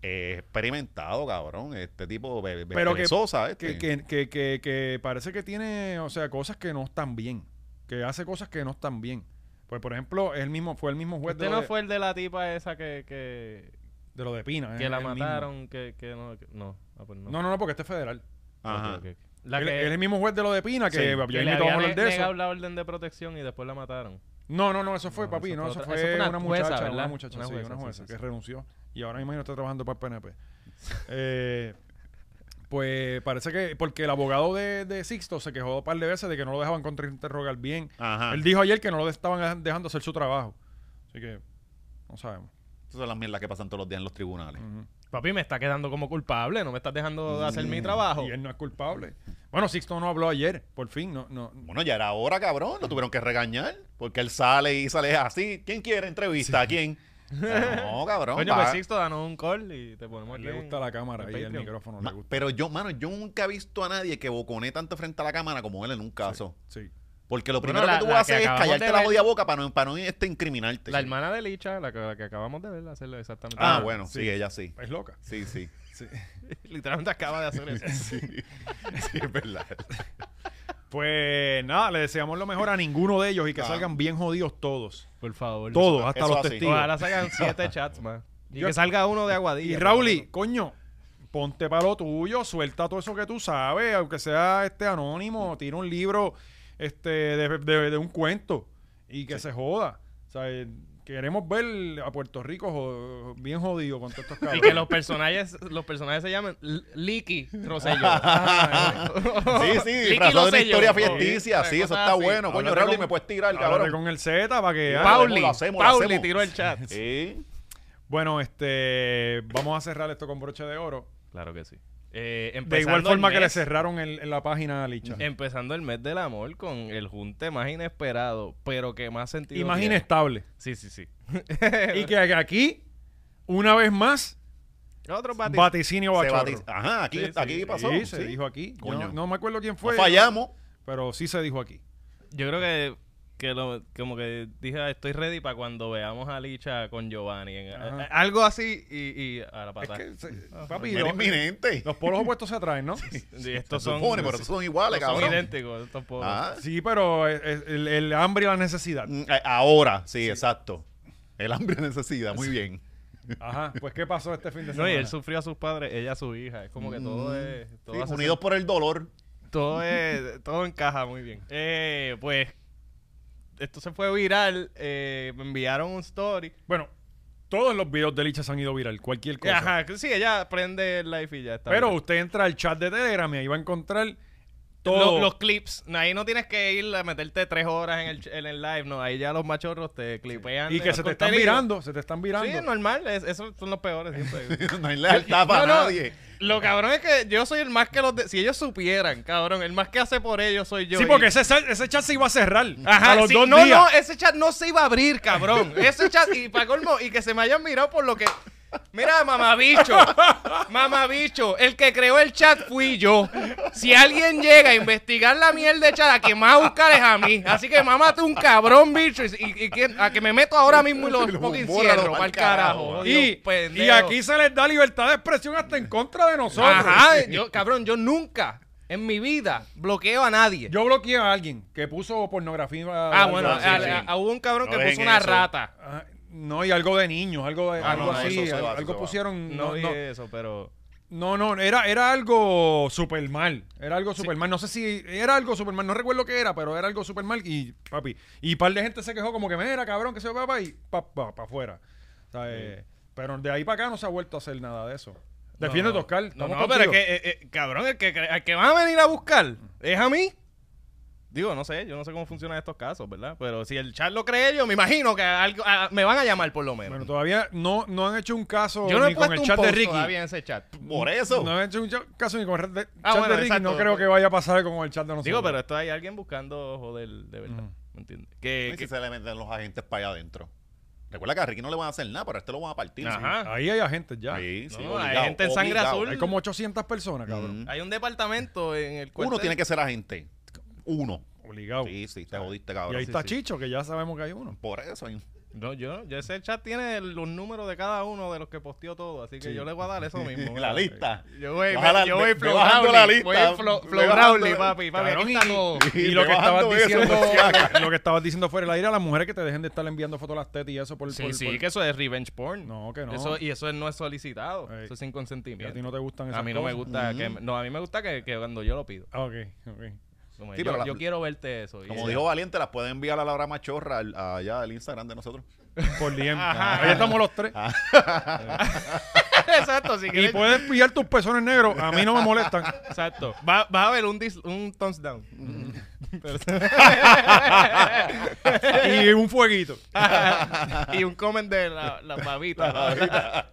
B: Eh, experimentado, cabrón. Este tipo be- be-
A: Pero que-
B: perezosa,
A: Que,
B: este.
A: que, que, que, que parece que tiene, o sea, cosas que no están bien. Que hace cosas que no están bien. Pues, por ejemplo, él mismo, fue el mismo juez
C: Este
A: de
H: Usted Este no
A: lo, de,
H: fue el Pues de la tipa esa que, que,
A: de lo de Pina.
H: que
A: eh,
H: la
A: él mismo.
H: mataron, que, que no. que- no. Ah, pues no.
A: No, no, no, porque este es federal.
B: Ajá.
H: Ok, ok. La
A: él,
H: que,
A: él es el mismo juez de lo de Pina, que
B: Sí.
A: yo
H: que le
A: invito a
H: había
A: hablar de
H: ne-
A: eso.
H: negado la orden de protección y después la mataron.
A: No, no, no, eso fue,
H: No,
A: papi,
H: eso
A: no,
H: fue
A: eso
H: otra-
A: fue,
H: eso fue una
A: una,
H: jueza,
A: muchacha,
H: ¿verdad?
A: una muchacha,
H: Una
A: sí,
H: jueza,
A: una
H: sí,
A: jueza
H: sí,
A: que
H: sí.
A: renunció y ahora mismo está trabajando para el PNP. Eh, pues parece que, porque el abogado de, de Sixto se quejó un par de veces de que no lo dejaban contrainterrogar bien.
H: Ah,
B: Ajá.
A: Él dijo ayer que no lo estaban dejando hacer su trabajo. Así que, no sabemos.
B: Esas son las mierdas que pasan todos los días en los tribunales.
A: Ujú.
C: Papi, me está quedando como culpable. No me estás dejando de hacer mi trabajo.
A: Mm, Y él no es culpable. Bueno, Sixto no habló ayer, por fin, no, no,
B: Bueno, ya era hora, cabrón. Lo tuvieron que regañar. Porque él sale y sale así. ¿Quién quiere entrevista? ¿A quién? Ah, No, cabrón.
C: Coño, pues
B: va.
C: Sixto, danos un call y te ponemos aquí.
A: le gusta
C: en-
A: la cámara
C: en
A: y el
C: Patreon.
A: micrófono
B: Ma-
A: le gusta.
B: pero yo, mano, yo nunca he visto a nadie que bocone tanto frente a la cámara como él en un caso.
A: Sí.
B: Porque lo
C: Bueno,
B: primero
C: la-
B: que tú
C: la
B: haces
C: que
B: es
C: acabamos
B: callarte
C: de
B: la
C: ver.
B: jodida boca para no, para no este incriminarte.
C: La
B: Sí.
C: hermana de Licha, la que, la que acabamos de ver, hacerlo exactamente.
B: Ah,
A: Ah,
B: bueno,
A: sí.
B: sí. ella sí.
A: Es loca.
B: Sí, sí.
A: Sí.
C: Literalmente acaba de hacer eso.
B: Sí, sí, es verdad.
A: Pues nada, le deseamos lo mejor a ninguno de ellos y que
B: Ah.
A: salgan bien jodidos todos.
C: Por favor.
A: Todos, hasta
B: eso
A: los
B: así.
A: testigos.
C: Ojalá sacan siete chats más. Y
A: Yo-
C: que salga uno de Aguadilla.
A: Y Rauli, coño, ponte para lo tuyo, suelta todo eso que tú sabes, aunque sea este anónimo, tira un libro este de, de- de un cuento y que se joda. O sea, eh, queremos ver a Puerto Rico jo- bien jodido con todos estos cabrones.
C: Y que los personajes, los personajes se llamen L- Licky Rosselló.
B: Sí, sí, razón de
C: Licky
B: una
C: Rosselló.
B: historia fiesticia. Sí, eso
C: cosas
B: está
C: así.
B: bueno. Coño,
A: Háblate
B: Raúl,
A: con-
B: me puedes tirar,
A: Háblate
B: cabrón.
A: con el Z para que...
B: Ya,
A: ah,
C: Pauli,
B: lo hacemos, lo
C: Pauli
B: hacemos. Eh,
C: tiró el chat.
B: Sí.
A: Bueno, este, vamos a cerrar esto con broche de oro.
C: Claro que sí. Eh,
A: De
C: empezando
A: igual
C: el
A: forma que le
C: mes-
A: cerraron el- en la página a Licha.
C: Empezando el mes del amor con el junte más inesperado, pero que más sentido.
A: Y más
C: tiene.
A: inestable.
C: Sí, sí, sí.
A: Y que aquí, una vez más,
C: Otro bati-
A: vaticinio
B: Se
A: bachorro.
B: batiz- Ajá, aquí,
A: Sí,
B: aquí
A: sí.
B: pasó.
A: Sí, se
B: sí.
A: dijo aquí. Yo
B: Coño.
A: no, no me acuerdo quién
B: No
A: fue.
B: fallamos.
A: Pero sí se dijo aquí.
C: Yo creo que, que lo- como que dije, "Ah, estoy ready para cuando veamos a Licha con Giovanni. en-
A: Ajá.
C: eh, algo así y, y a la patada.
A: Es que, se- papi,
B: Era
A: los,
B: inminente.
A: los polos opuestos se atraen, ¿no?
C: Y estos
B: Se
C: son,
B: supone, pero son iguales,
C: estos son
B: cabrón.
C: idénticos. Estos pobres.
B: Ah.
A: Sí, pero es- es- el, el hambre y la necesidad.
B: Mm, a- Ahora, sí, exacto. El hambre necesidad, muy bien.
A: Ajá. Pues, ¿qué pasó este fin de
C: No,
A: semana?
C: y él sufrió a sus padres, ella a su hija. Es como que todo es. Todo,
B: Mm. Sí,
C: hace
B: unidos por el dolor.
C: sen- todo, es- todo encaja muy bien. Eh, pues. Esto se fue viral. eh, me enviaron un story.
A: Bueno, todos los videos de Licha se han ido viral. Cualquier cosa.
C: Ajá, que sí, ella prende el live y ya está.
A: Pero
C: viral.
A: usted entra al chat de Telegram y ahí va a encontrar
C: Lo-
A: todo.
C: los clips, ahí no tienes que ir a meterte tres horas en el, en el live, no, ahí ya los machorros te clipean.
A: y
C: de
A: que
C: los
A: se te están
C: contenidos.
A: virando, se te están virando.
C: Sí, es normal, es- esos son los peores siempre.
B: no hay lealtad para
C: No, no,
B: nadie.
C: Lo cabrón es que yo soy el más que los... de- si ellos supieran, cabrón, el más que hace por ellos soy yo.
A: Sí,
C: y-
A: porque ese, ese chat se iba a cerrar.
C: Ajá,
A: a los
C: sí,
A: dos
C: no,
A: días.
C: no, eh, ese chat no se iba a abrir, cabrón. Ese chat, y para colmo, y que se me hayan mirado por lo que. Mira, mamabicho, mamabicho, el que creó el chat fui yo. Si alguien llega a investigar la mierda de chat, a quien más va a buscar es a mí. Así que mámate un cabrón, bicho, y, y- y que- a que me meto ahora mismo y los
B: Los
C: fucking
B: bórralo
C: cierro,
B: pa'l
C: pa'l
B: carajo.
C: carajo.
A: y,
C: Dios, pendejo.
A: y aquí se les da libertad de expresión hasta en contra de nosotros.
C: Ajá, yo, cabrón, yo nunca en mi vida bloqueo a nadie.
A: Yo bloqueé a alguien que puso pornografía.
C: ah,
A: algo
C: bueno,
A: así.
C: a-
B: sí.
C: a- a- hubo un cabrón
B: No
C: que
B: dejen
C: puso una
B: eso.
C: rata.
A: Ah, No, y algo de niños, algo, de,
B: Ah,
A: algo
B: no, no,
A: así.
B: eso se va, eso
A: algo
B: se va.
A: pusieron. No, no,
C: dije eso, pero...
A: no, no, era, era algo super mal. Era algo super mal. No sé si era algo super mal. No recuerdo qué era, pero era algo super mal. Y, papi, y un par de gente se quejó como que, mira, cabrón, que se va papá, y pa, pa, pa' afuera. O sea, eh, pero de ahí para acá no se ha vuelto a hacer nada de eso. Defiende, Oscar.
C: No,
A: estamos
C: no, pero es
A: contigo.
C: que, eh, eh, cabrón, el que, cre- al que van a venir a buscar es a mí. Digo, no sé, yo no sé cómo funcionan estos casos, ¿verdad? Pero si el chat lo cree yo, me imagino que algo- a- me van a llamar por lo menos.
A: Bueno, todavía no, no han hecho un caso
C: yo no
A: ni
C: he
A: con
C: puesto
A: el
C: un
A: chat de
C: post
A: Ricky.
C: todavía en ese chat.
B: Por eso.
A: No han hecho un cha- caso ni con el de-
C: Ah,
A: chat
C: bueno,
A: de Ricky.
C: exacto.
A: No creo que vaya a pasar con el chat de nosotros.
C: Digo, pero esto hay alguien buscando joder de verdad.
A: Ujú.
C: ¿Me entiendes? Que,
B: Ay,
C: que-
B: si se le meten los agentes para allá adentro. Recuerda que a Ricky no le van a hacer nada, pero a este lo van a partir.
C: Ajá.
A: Ahí hay agentes ya.
B: Sí, sí,
C: No,
B: obligado,
C: hay gente en sangre
B: obligado.
C: azul.
A: Hay como 800 personas, cabrón.
B: Mm.
C: Hay un departamento en el cual...
B: Uno tiene que ser agente. Uno.
C: Mm. Oh.
A: Obligado.
B: Sí, sí, te jodiste,
A: y
B: cabrón.
A: ahí
B: Sí,
A: está
B: sí.
A: Chicho, que ya sabemos que hay uno.
B: Por eso. y-
C: No, yo, yo ese chat tiene los números de cada uno de los que posteó todo, así que
A: Sí.
C: yo le voy a dar eso mismo.
B: La lista.
C: Yo voy,
B: Ojalá,
C: yo
B: ve-
C: voy
B: ve
C: Flow
B: bajando
C: Rowley,
B: la lista,
C: voy Flow,
B: ve
C: Flow
B: bajando
C: Rowley,
B: la-
C: papi, papi,
A: Cabrón,
C: aquí está todo.
A: Y lo que estabas
B: bajando eso,
A: diciendo,
B: decía.
A: lo que estabas diciendo fuera del aire a las mujeres que te dejen de estar enviando fotos a las tetas y eso por
C: Sí,
A: por-
C: sí,
A: por-
C: que eso es revenge porn.
A: No, que no.
C: Eso, y eso no es solicitado,
A: Ey.
C: eso es
A: Y
C: sin
A: a
C: consentimiento.
A: ti no te gustan esas
C: a mí no me
A: cosas.
C: gusta que no a mí me gusta que, que cuando yo lo pido
A: Ah, ok, ok.
C: Como
B: Sí,
C: yo,
B: pero la-
C: yo quiero verte eso y-
B: Como dijo Valiente, las pueden enviar a la hora machorra al- allá al Instagram de nosotros.
A: Por DM. Ahí estamos los tres.
B: Ah.
C: exacto si
A: Y
C: quieres-
A: puedes pillar tus pezones negros. A mí no me molestan.
C: exacto va, va a haber un dis- un touchdown
A: Y un fueguito.
C: y un comment de la, la babita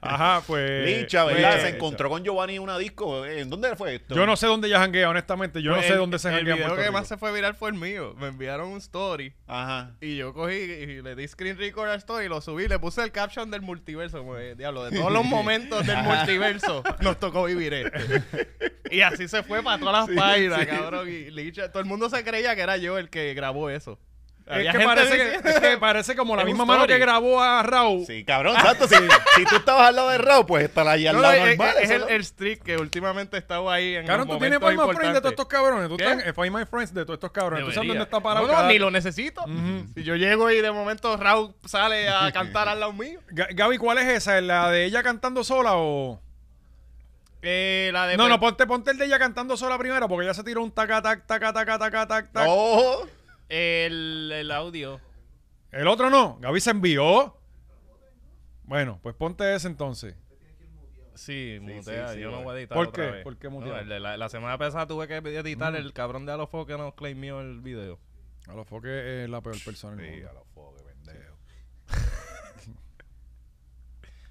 A: Ajá,
C: Eh,
A: pues.
B: Licha,
A: pues,
B: ¿verdad?
A: Licha.
B: se encontró con Giovanni en una disco. ¿En dónde fue esto?
A: Yo no sé dónde ella janguea, honestamente. Yo
C: Pues
A: no sé
C: el-
A: dónde se
C: el
A: janguea en
C: video
A: Puerto
C: que
A: Rico.
C: más se fue viral fue el mío me enviaron un story
B: Ajá.
C: y yo cogí y le di screen record al story y lo subí le puse el caption del multiverso como de, diablo de todos los momentos del multiverso nos tocó vivir este y así se fue para todas las páginas cabrón y Licha- todo el mundo se creía que era yo el que grabó eso
A: Es
C: Había
A: que,
C: gente
A: parece
C: diciendo-
A: que, es que parece como la
C: Es un
A: misma mano
C: story.
A: que grabó a Raúl.
B: Sí, cabrón, exacto. si, si tú estabas al lado de Raúl, pues estará ahí al
C: Ah. No,
B: lado
C: es,
B: normal.
C: es
B: eso
C: el,
B: no-
C: el streak que últimamente estaba ahí en
A: Cabrón,
C: los
A: tú tienes
C: momentos
A: Find My Friends de todos
C: importantes.
A: estos cabrones. Tú
C: ¿Qué?
A: estás en Find My Friends de todos estos cabrones. ¿Tú sabes
C: Debería.
A: dónde está parado?
C: No, no,
A: cada-
C: ni lo necesito. Si yo llego y de momento Raúl sale a cantar al lado mío.
A: Ga- Gaby, ¿cuál es esa? ¿La de ella cantando sola o...?
C: Eh, la de
A: No, no, ponte, ponte el de ella cantando sola primero porque ella se tiró un taca, tac, taca, taca, taca, tac, tac.
B: No.
C: el, el audio.
A: El otro no. Gaby se envió. Bueno, pues ponte ese entonces.
C: Sí, mutea.
B: sí, sí,
C: yo no
B: bueno.
C: voy a editar
A: ¿Por
C: otra
A: qué?
C: vez.
A: ¿Por qué mutea?
C: No, el de la, la semana pasada tuve que editar el cabrón de Alofo que nos claimió el video.
A: A los foques es la peor persona del mundo.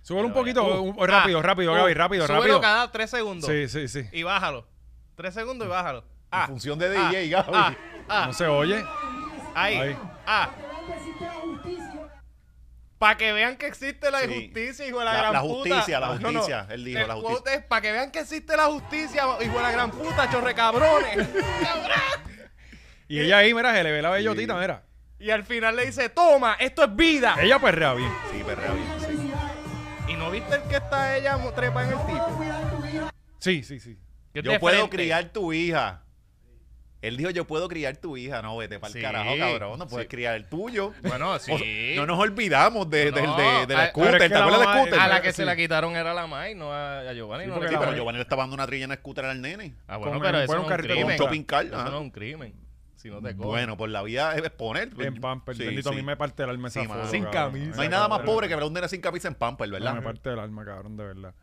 A: Súbelo un poquito, un- Pues rápido,
C: Ah,
A: rápido,
C: uh,
A: Gaby, rápido,
C: súbelo
A: rápido.
C: cada tres segundos.
A: Sí, sí, sí.
C: Y bájalo. Tres segundos y bájalo. Ah,
B: Función de
C: ah,
B: DJ, Gaby.
C: ah, ah,
A: No se oye.
C: ahí.
A: Ahí.
C: Ah. Para que vean que existe la
B: Sí.
C: injusticia, hijo de la,
B: La-
C: gran
B: la
C: puta.
B: justicia, la justicia, él dijo, la justicia.
C: Para que vean que existe la justicia, hijo de la gran puta, chorre cabrones.
A: Y ella ahí, mira, se le ve la bellotita, mira.
C: y al final le dice, toma, esto es vida.
A: Ella perrea bien.
B: Sí, perrea bien, sí.
C: Y no viste el que está ella mo- trepa en el tipo.
A: Sí, sí, sí.
B: Yo puedo criar tu hija. Él dijo, yo puedo criar tu hija. No, vete para el
C: Sí,
B: carajo, cabrón. No puedes
C: sí.
B: criar el tuyo.
C: Bueno, sí.
B: O sea, no nos olvidamos de,
C: No,
B: del, de- del scooter.
C: a-
A: Ah, pero es que
B: ¿Te acuerdas
A: la
B: del
A: mamá-
B: scooter?
C: a la que
A: sí.
C: se la quitaron era la May, no a, a Giovanni.
A: Sí,
C: no
A: porque
C: le
B: Sí,
A: la
B: pero
C: quitaron.
A: mamá-
B: Giovanni le estaba dando una trilla en scooter al nene.
C: Ah, bueno,
A: Con-
C: pero
A: con
C: eso
A: un
C: no es un
A: carrito, con
C: crimen.
A: un
B: shopping cart,
C: Eso
B: ajá.
C: no es un crimen. Si no te cogen.
B: Bueno, por la vida es poner.
A: En pamper,
B: Pues Sí,
A: bendito,
B: sí.
A: a mí me parte el alma esa
B: Sí,
A: foto,
B: mano.
C: Sin
A: cabrón.
C: camisa.
B: No hay nada más pobre que ver a un nene sin camisa en pamper,
A: No,
B: ¿verdad?
A: me parte el alma, cabrón, de verdad.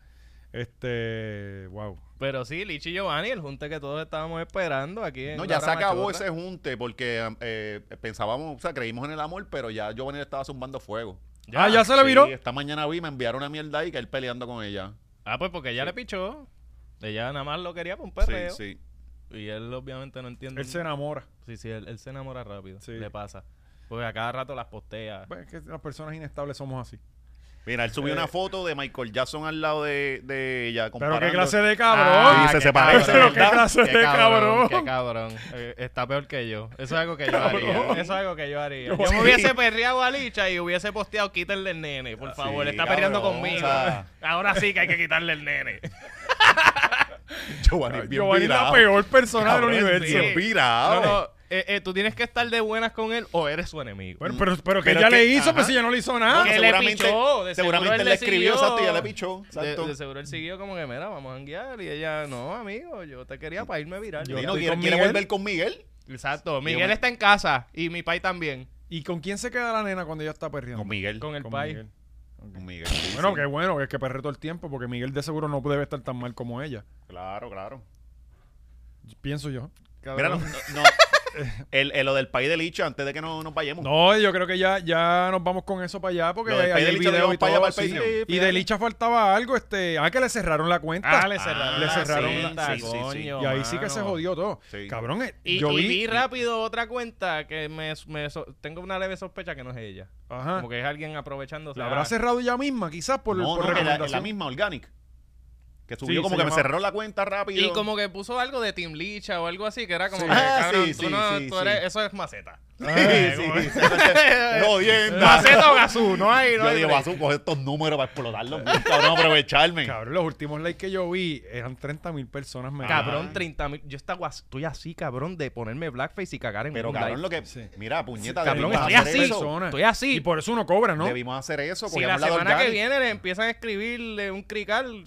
A: Este, wow.
C: Pero sí, Lichi y Giovanni, el junte que todos estábamos esperando aquí. en
B: No,
C: la
B: ya se
C: Ramachota.
B: acabó ese junte porque eh, pensábamos, o sea, creímos en el amor, pero ya Giovanni le estaba zumbando fuego.
A: ah, ya se le
B: Sí,
A: viró.
B: esta mañana vi, me enviaron una mierda ahí que él peleando con ella.
C: Ah, pues porque ella le pichó. Ella nada más lo quería para un
A: Pues
B: Sí,
C: perreo.
B: sí.
C: Y él obviamente no entiende.
A: Él se enamora.
C: Sí, sí, él, él se enamora rápido.
A: Sí.
C: Le pasa. Porque a cada rato las postea.
A: Pues es que las personas inestables somos así.
B: Mira, él subió
A: Eh.
B: una foto de Michael Jackson al lado de, de ella.
A: Pero
B: Comparando.
A: qué clase de
B: Ah,
A: cabrón.
B: sí, se separó,
A: pero qué
B: ¿verdad?
A: clase de cabrón.
C: Qué cabrón. Eh, Está peor que yo. Eso es algo que yo haría. Eso es algo que yo haría. Yo
A: Sí.
C: me hubiese perreado a Licha y hubiese posteado quítenle el nene, por favor.
B: Ah, Sí,
C: está peleando
B: cabrón,
C: conmigo.
B: o sea.
C: Ahora sí que hay que quitarle el nene.
B: Giovanni, es bien
A: Giovanni es la
B: virado.
A: peor persona
B: Cabrón,
A: del
B: es
A: universo.
B: bien
C: No,
B: virado.
C: no, eh, eh, tú tienes que estar de buenas con él o eres su enemigo.
A: Bueno, pero, pero que
B: Pero
A: ella
B: es que-
A: le hizo, pues
B: ajá.
A: si ella no le hizo
B: Bueno,
A: nada.
C: Que le
B: seguramente-
C: pichó, de seguro
B: seguramente
C: él
B: él
C: le
B: le escribió,
C: siguió.
B: exacto, y ella le pichó.
C: De,
B: Exacto.
C: de seguro él siguió como que, mira, vamos a janguear. Y ella, no, amigo, yo te quería para irme viral.
A: Yo
B: Dino,
A: estoy
B: ¿quiere,
A: con
B: quiere
A: Miguel.
B: volver con Miguel?
C: Exacto.
B: Yo
C: Miguel
B: me-
C: está en casa y mi pai también.
A: ¿Y con quién se queda la nena cuando ella está perreando?
B: Con Miguel.
C: Con el
A: Con
C: pai.
A: Miguel.
B: Con Miguel, sí,
A: Bueno,
B: sí.
A: qué bueno, es que perre todo el tiempo, porque Miguel de seguro no debe estar tan mal como ella.
B: Claro, claro.
A: Pienso yo.
B: Mira, no, no- el, el- lo del país de Licha, antes de que no, nos vayamos.
A: No, yo creo que ya, ya nos vamos con eso para allá, porque
B: Lo del
A: hay,
B: Pay
A: hay
B: de
A: el
B: Licha,
A: video
B: lo
A: y
B: llevamos para
A: todo.
B: allá, para el
A: sí.
B: Pay de-
A: Y de Licha faltaba algo, este, ah, que le cerraron la cuenta.
C: Ah, le cerraron.
A: le
C: la
A: cerraron
C: cinta,
B: la- sí, sí, sí.
C: coño,
A: y ahí sí que
C: mano.
A: se jodió todo.
B: Sí.
A: Cabrón, eh,
C: Y,
A: yo
C: y
A: vi.
C: vi, rápido otra cuenta que me, me so- tengo una leve sospecha que no es ella.
A: Ajá.
C: Como que es alguien aprovechándose.
A: Ah. La
C: Ah,
A: habrá cerrado ya misma, quizás por, por
B: no, no, que la,
A: recomendación.
B: la misma Organic. Que
A: Sí,
B: subió como
A: se
B: que me
A: llama-
B: cerró la cuenta rápido.
C: Y como que puso algo de Team Licha o algo así, que era como
A: Sí.
C: que,
B: Ah,
C: cabrón,
B: sí,
C: tú
B: sí,
C: no-
B: sí,
C: tú eres-
B: sí.
C: eso es maceta.
B: Sí, sí, sí, sí, sí. Jodienda.
C: maceta o gasú, no hay, no
B: Yo
C: hay
B: digo,
C: break.
B: vas a coger estos números para explotarlos. bien, Cabrón, aprovecharme.
A: Cabrón, los últimos likes que yo vi eran 30 mil personas. me-
C: Cabrón,
B: Ajá.
C: 30 mil. Yo estaba, estoy así, cabrón, de ponerme blackface y cagar en
B: Pero
C: un
B: cabrón,
C: live.
B: lo que.
A: Sí.
B: Mira, puñeta,
C: Cabrón,
B: debimos
C: estoy
B: hacer
C: así.
B: eso.
A: personas.
C: estoy así.
A: Y por eso uno cobra, ¿no?
B: Debimos hacer eso.
C: Si la
B: cogíamos de
C: semana que
B: Organic.
C: viene le empiezan a escribirle un crical,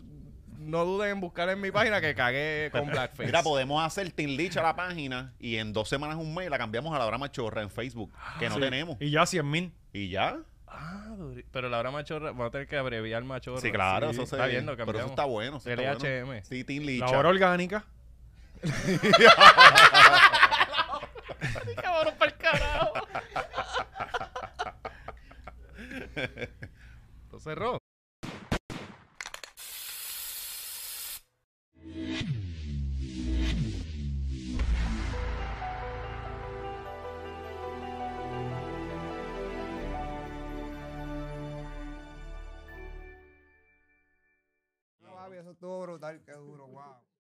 C: no duden en buscar en mi página que cagué con blackface.
B: Mira, pues. podemos hacer Team Leach a la página y en dos semanas, un mes, la cambiamos a la Brama Chorra en Facebook, que no
A: Sí.
B: tenemos.
A: Y ya 100 mil.
B: Y ya.
C: Ah, duri- pero la hora machorra, vamos a tener que abreviar machorra.
B: Sí, claro, eso se
C: está bien, lo
B: Pero eso
C: cambiamos.
B: está bueno. eso está
C: LHM.
B: bueno. Sí, Team
A: La
B: Licha.
A: hora orgánica.
C: Cabrón, pa'l carajo. Lo cerró.
I: Eso estuvo brutal, qué duro, wow.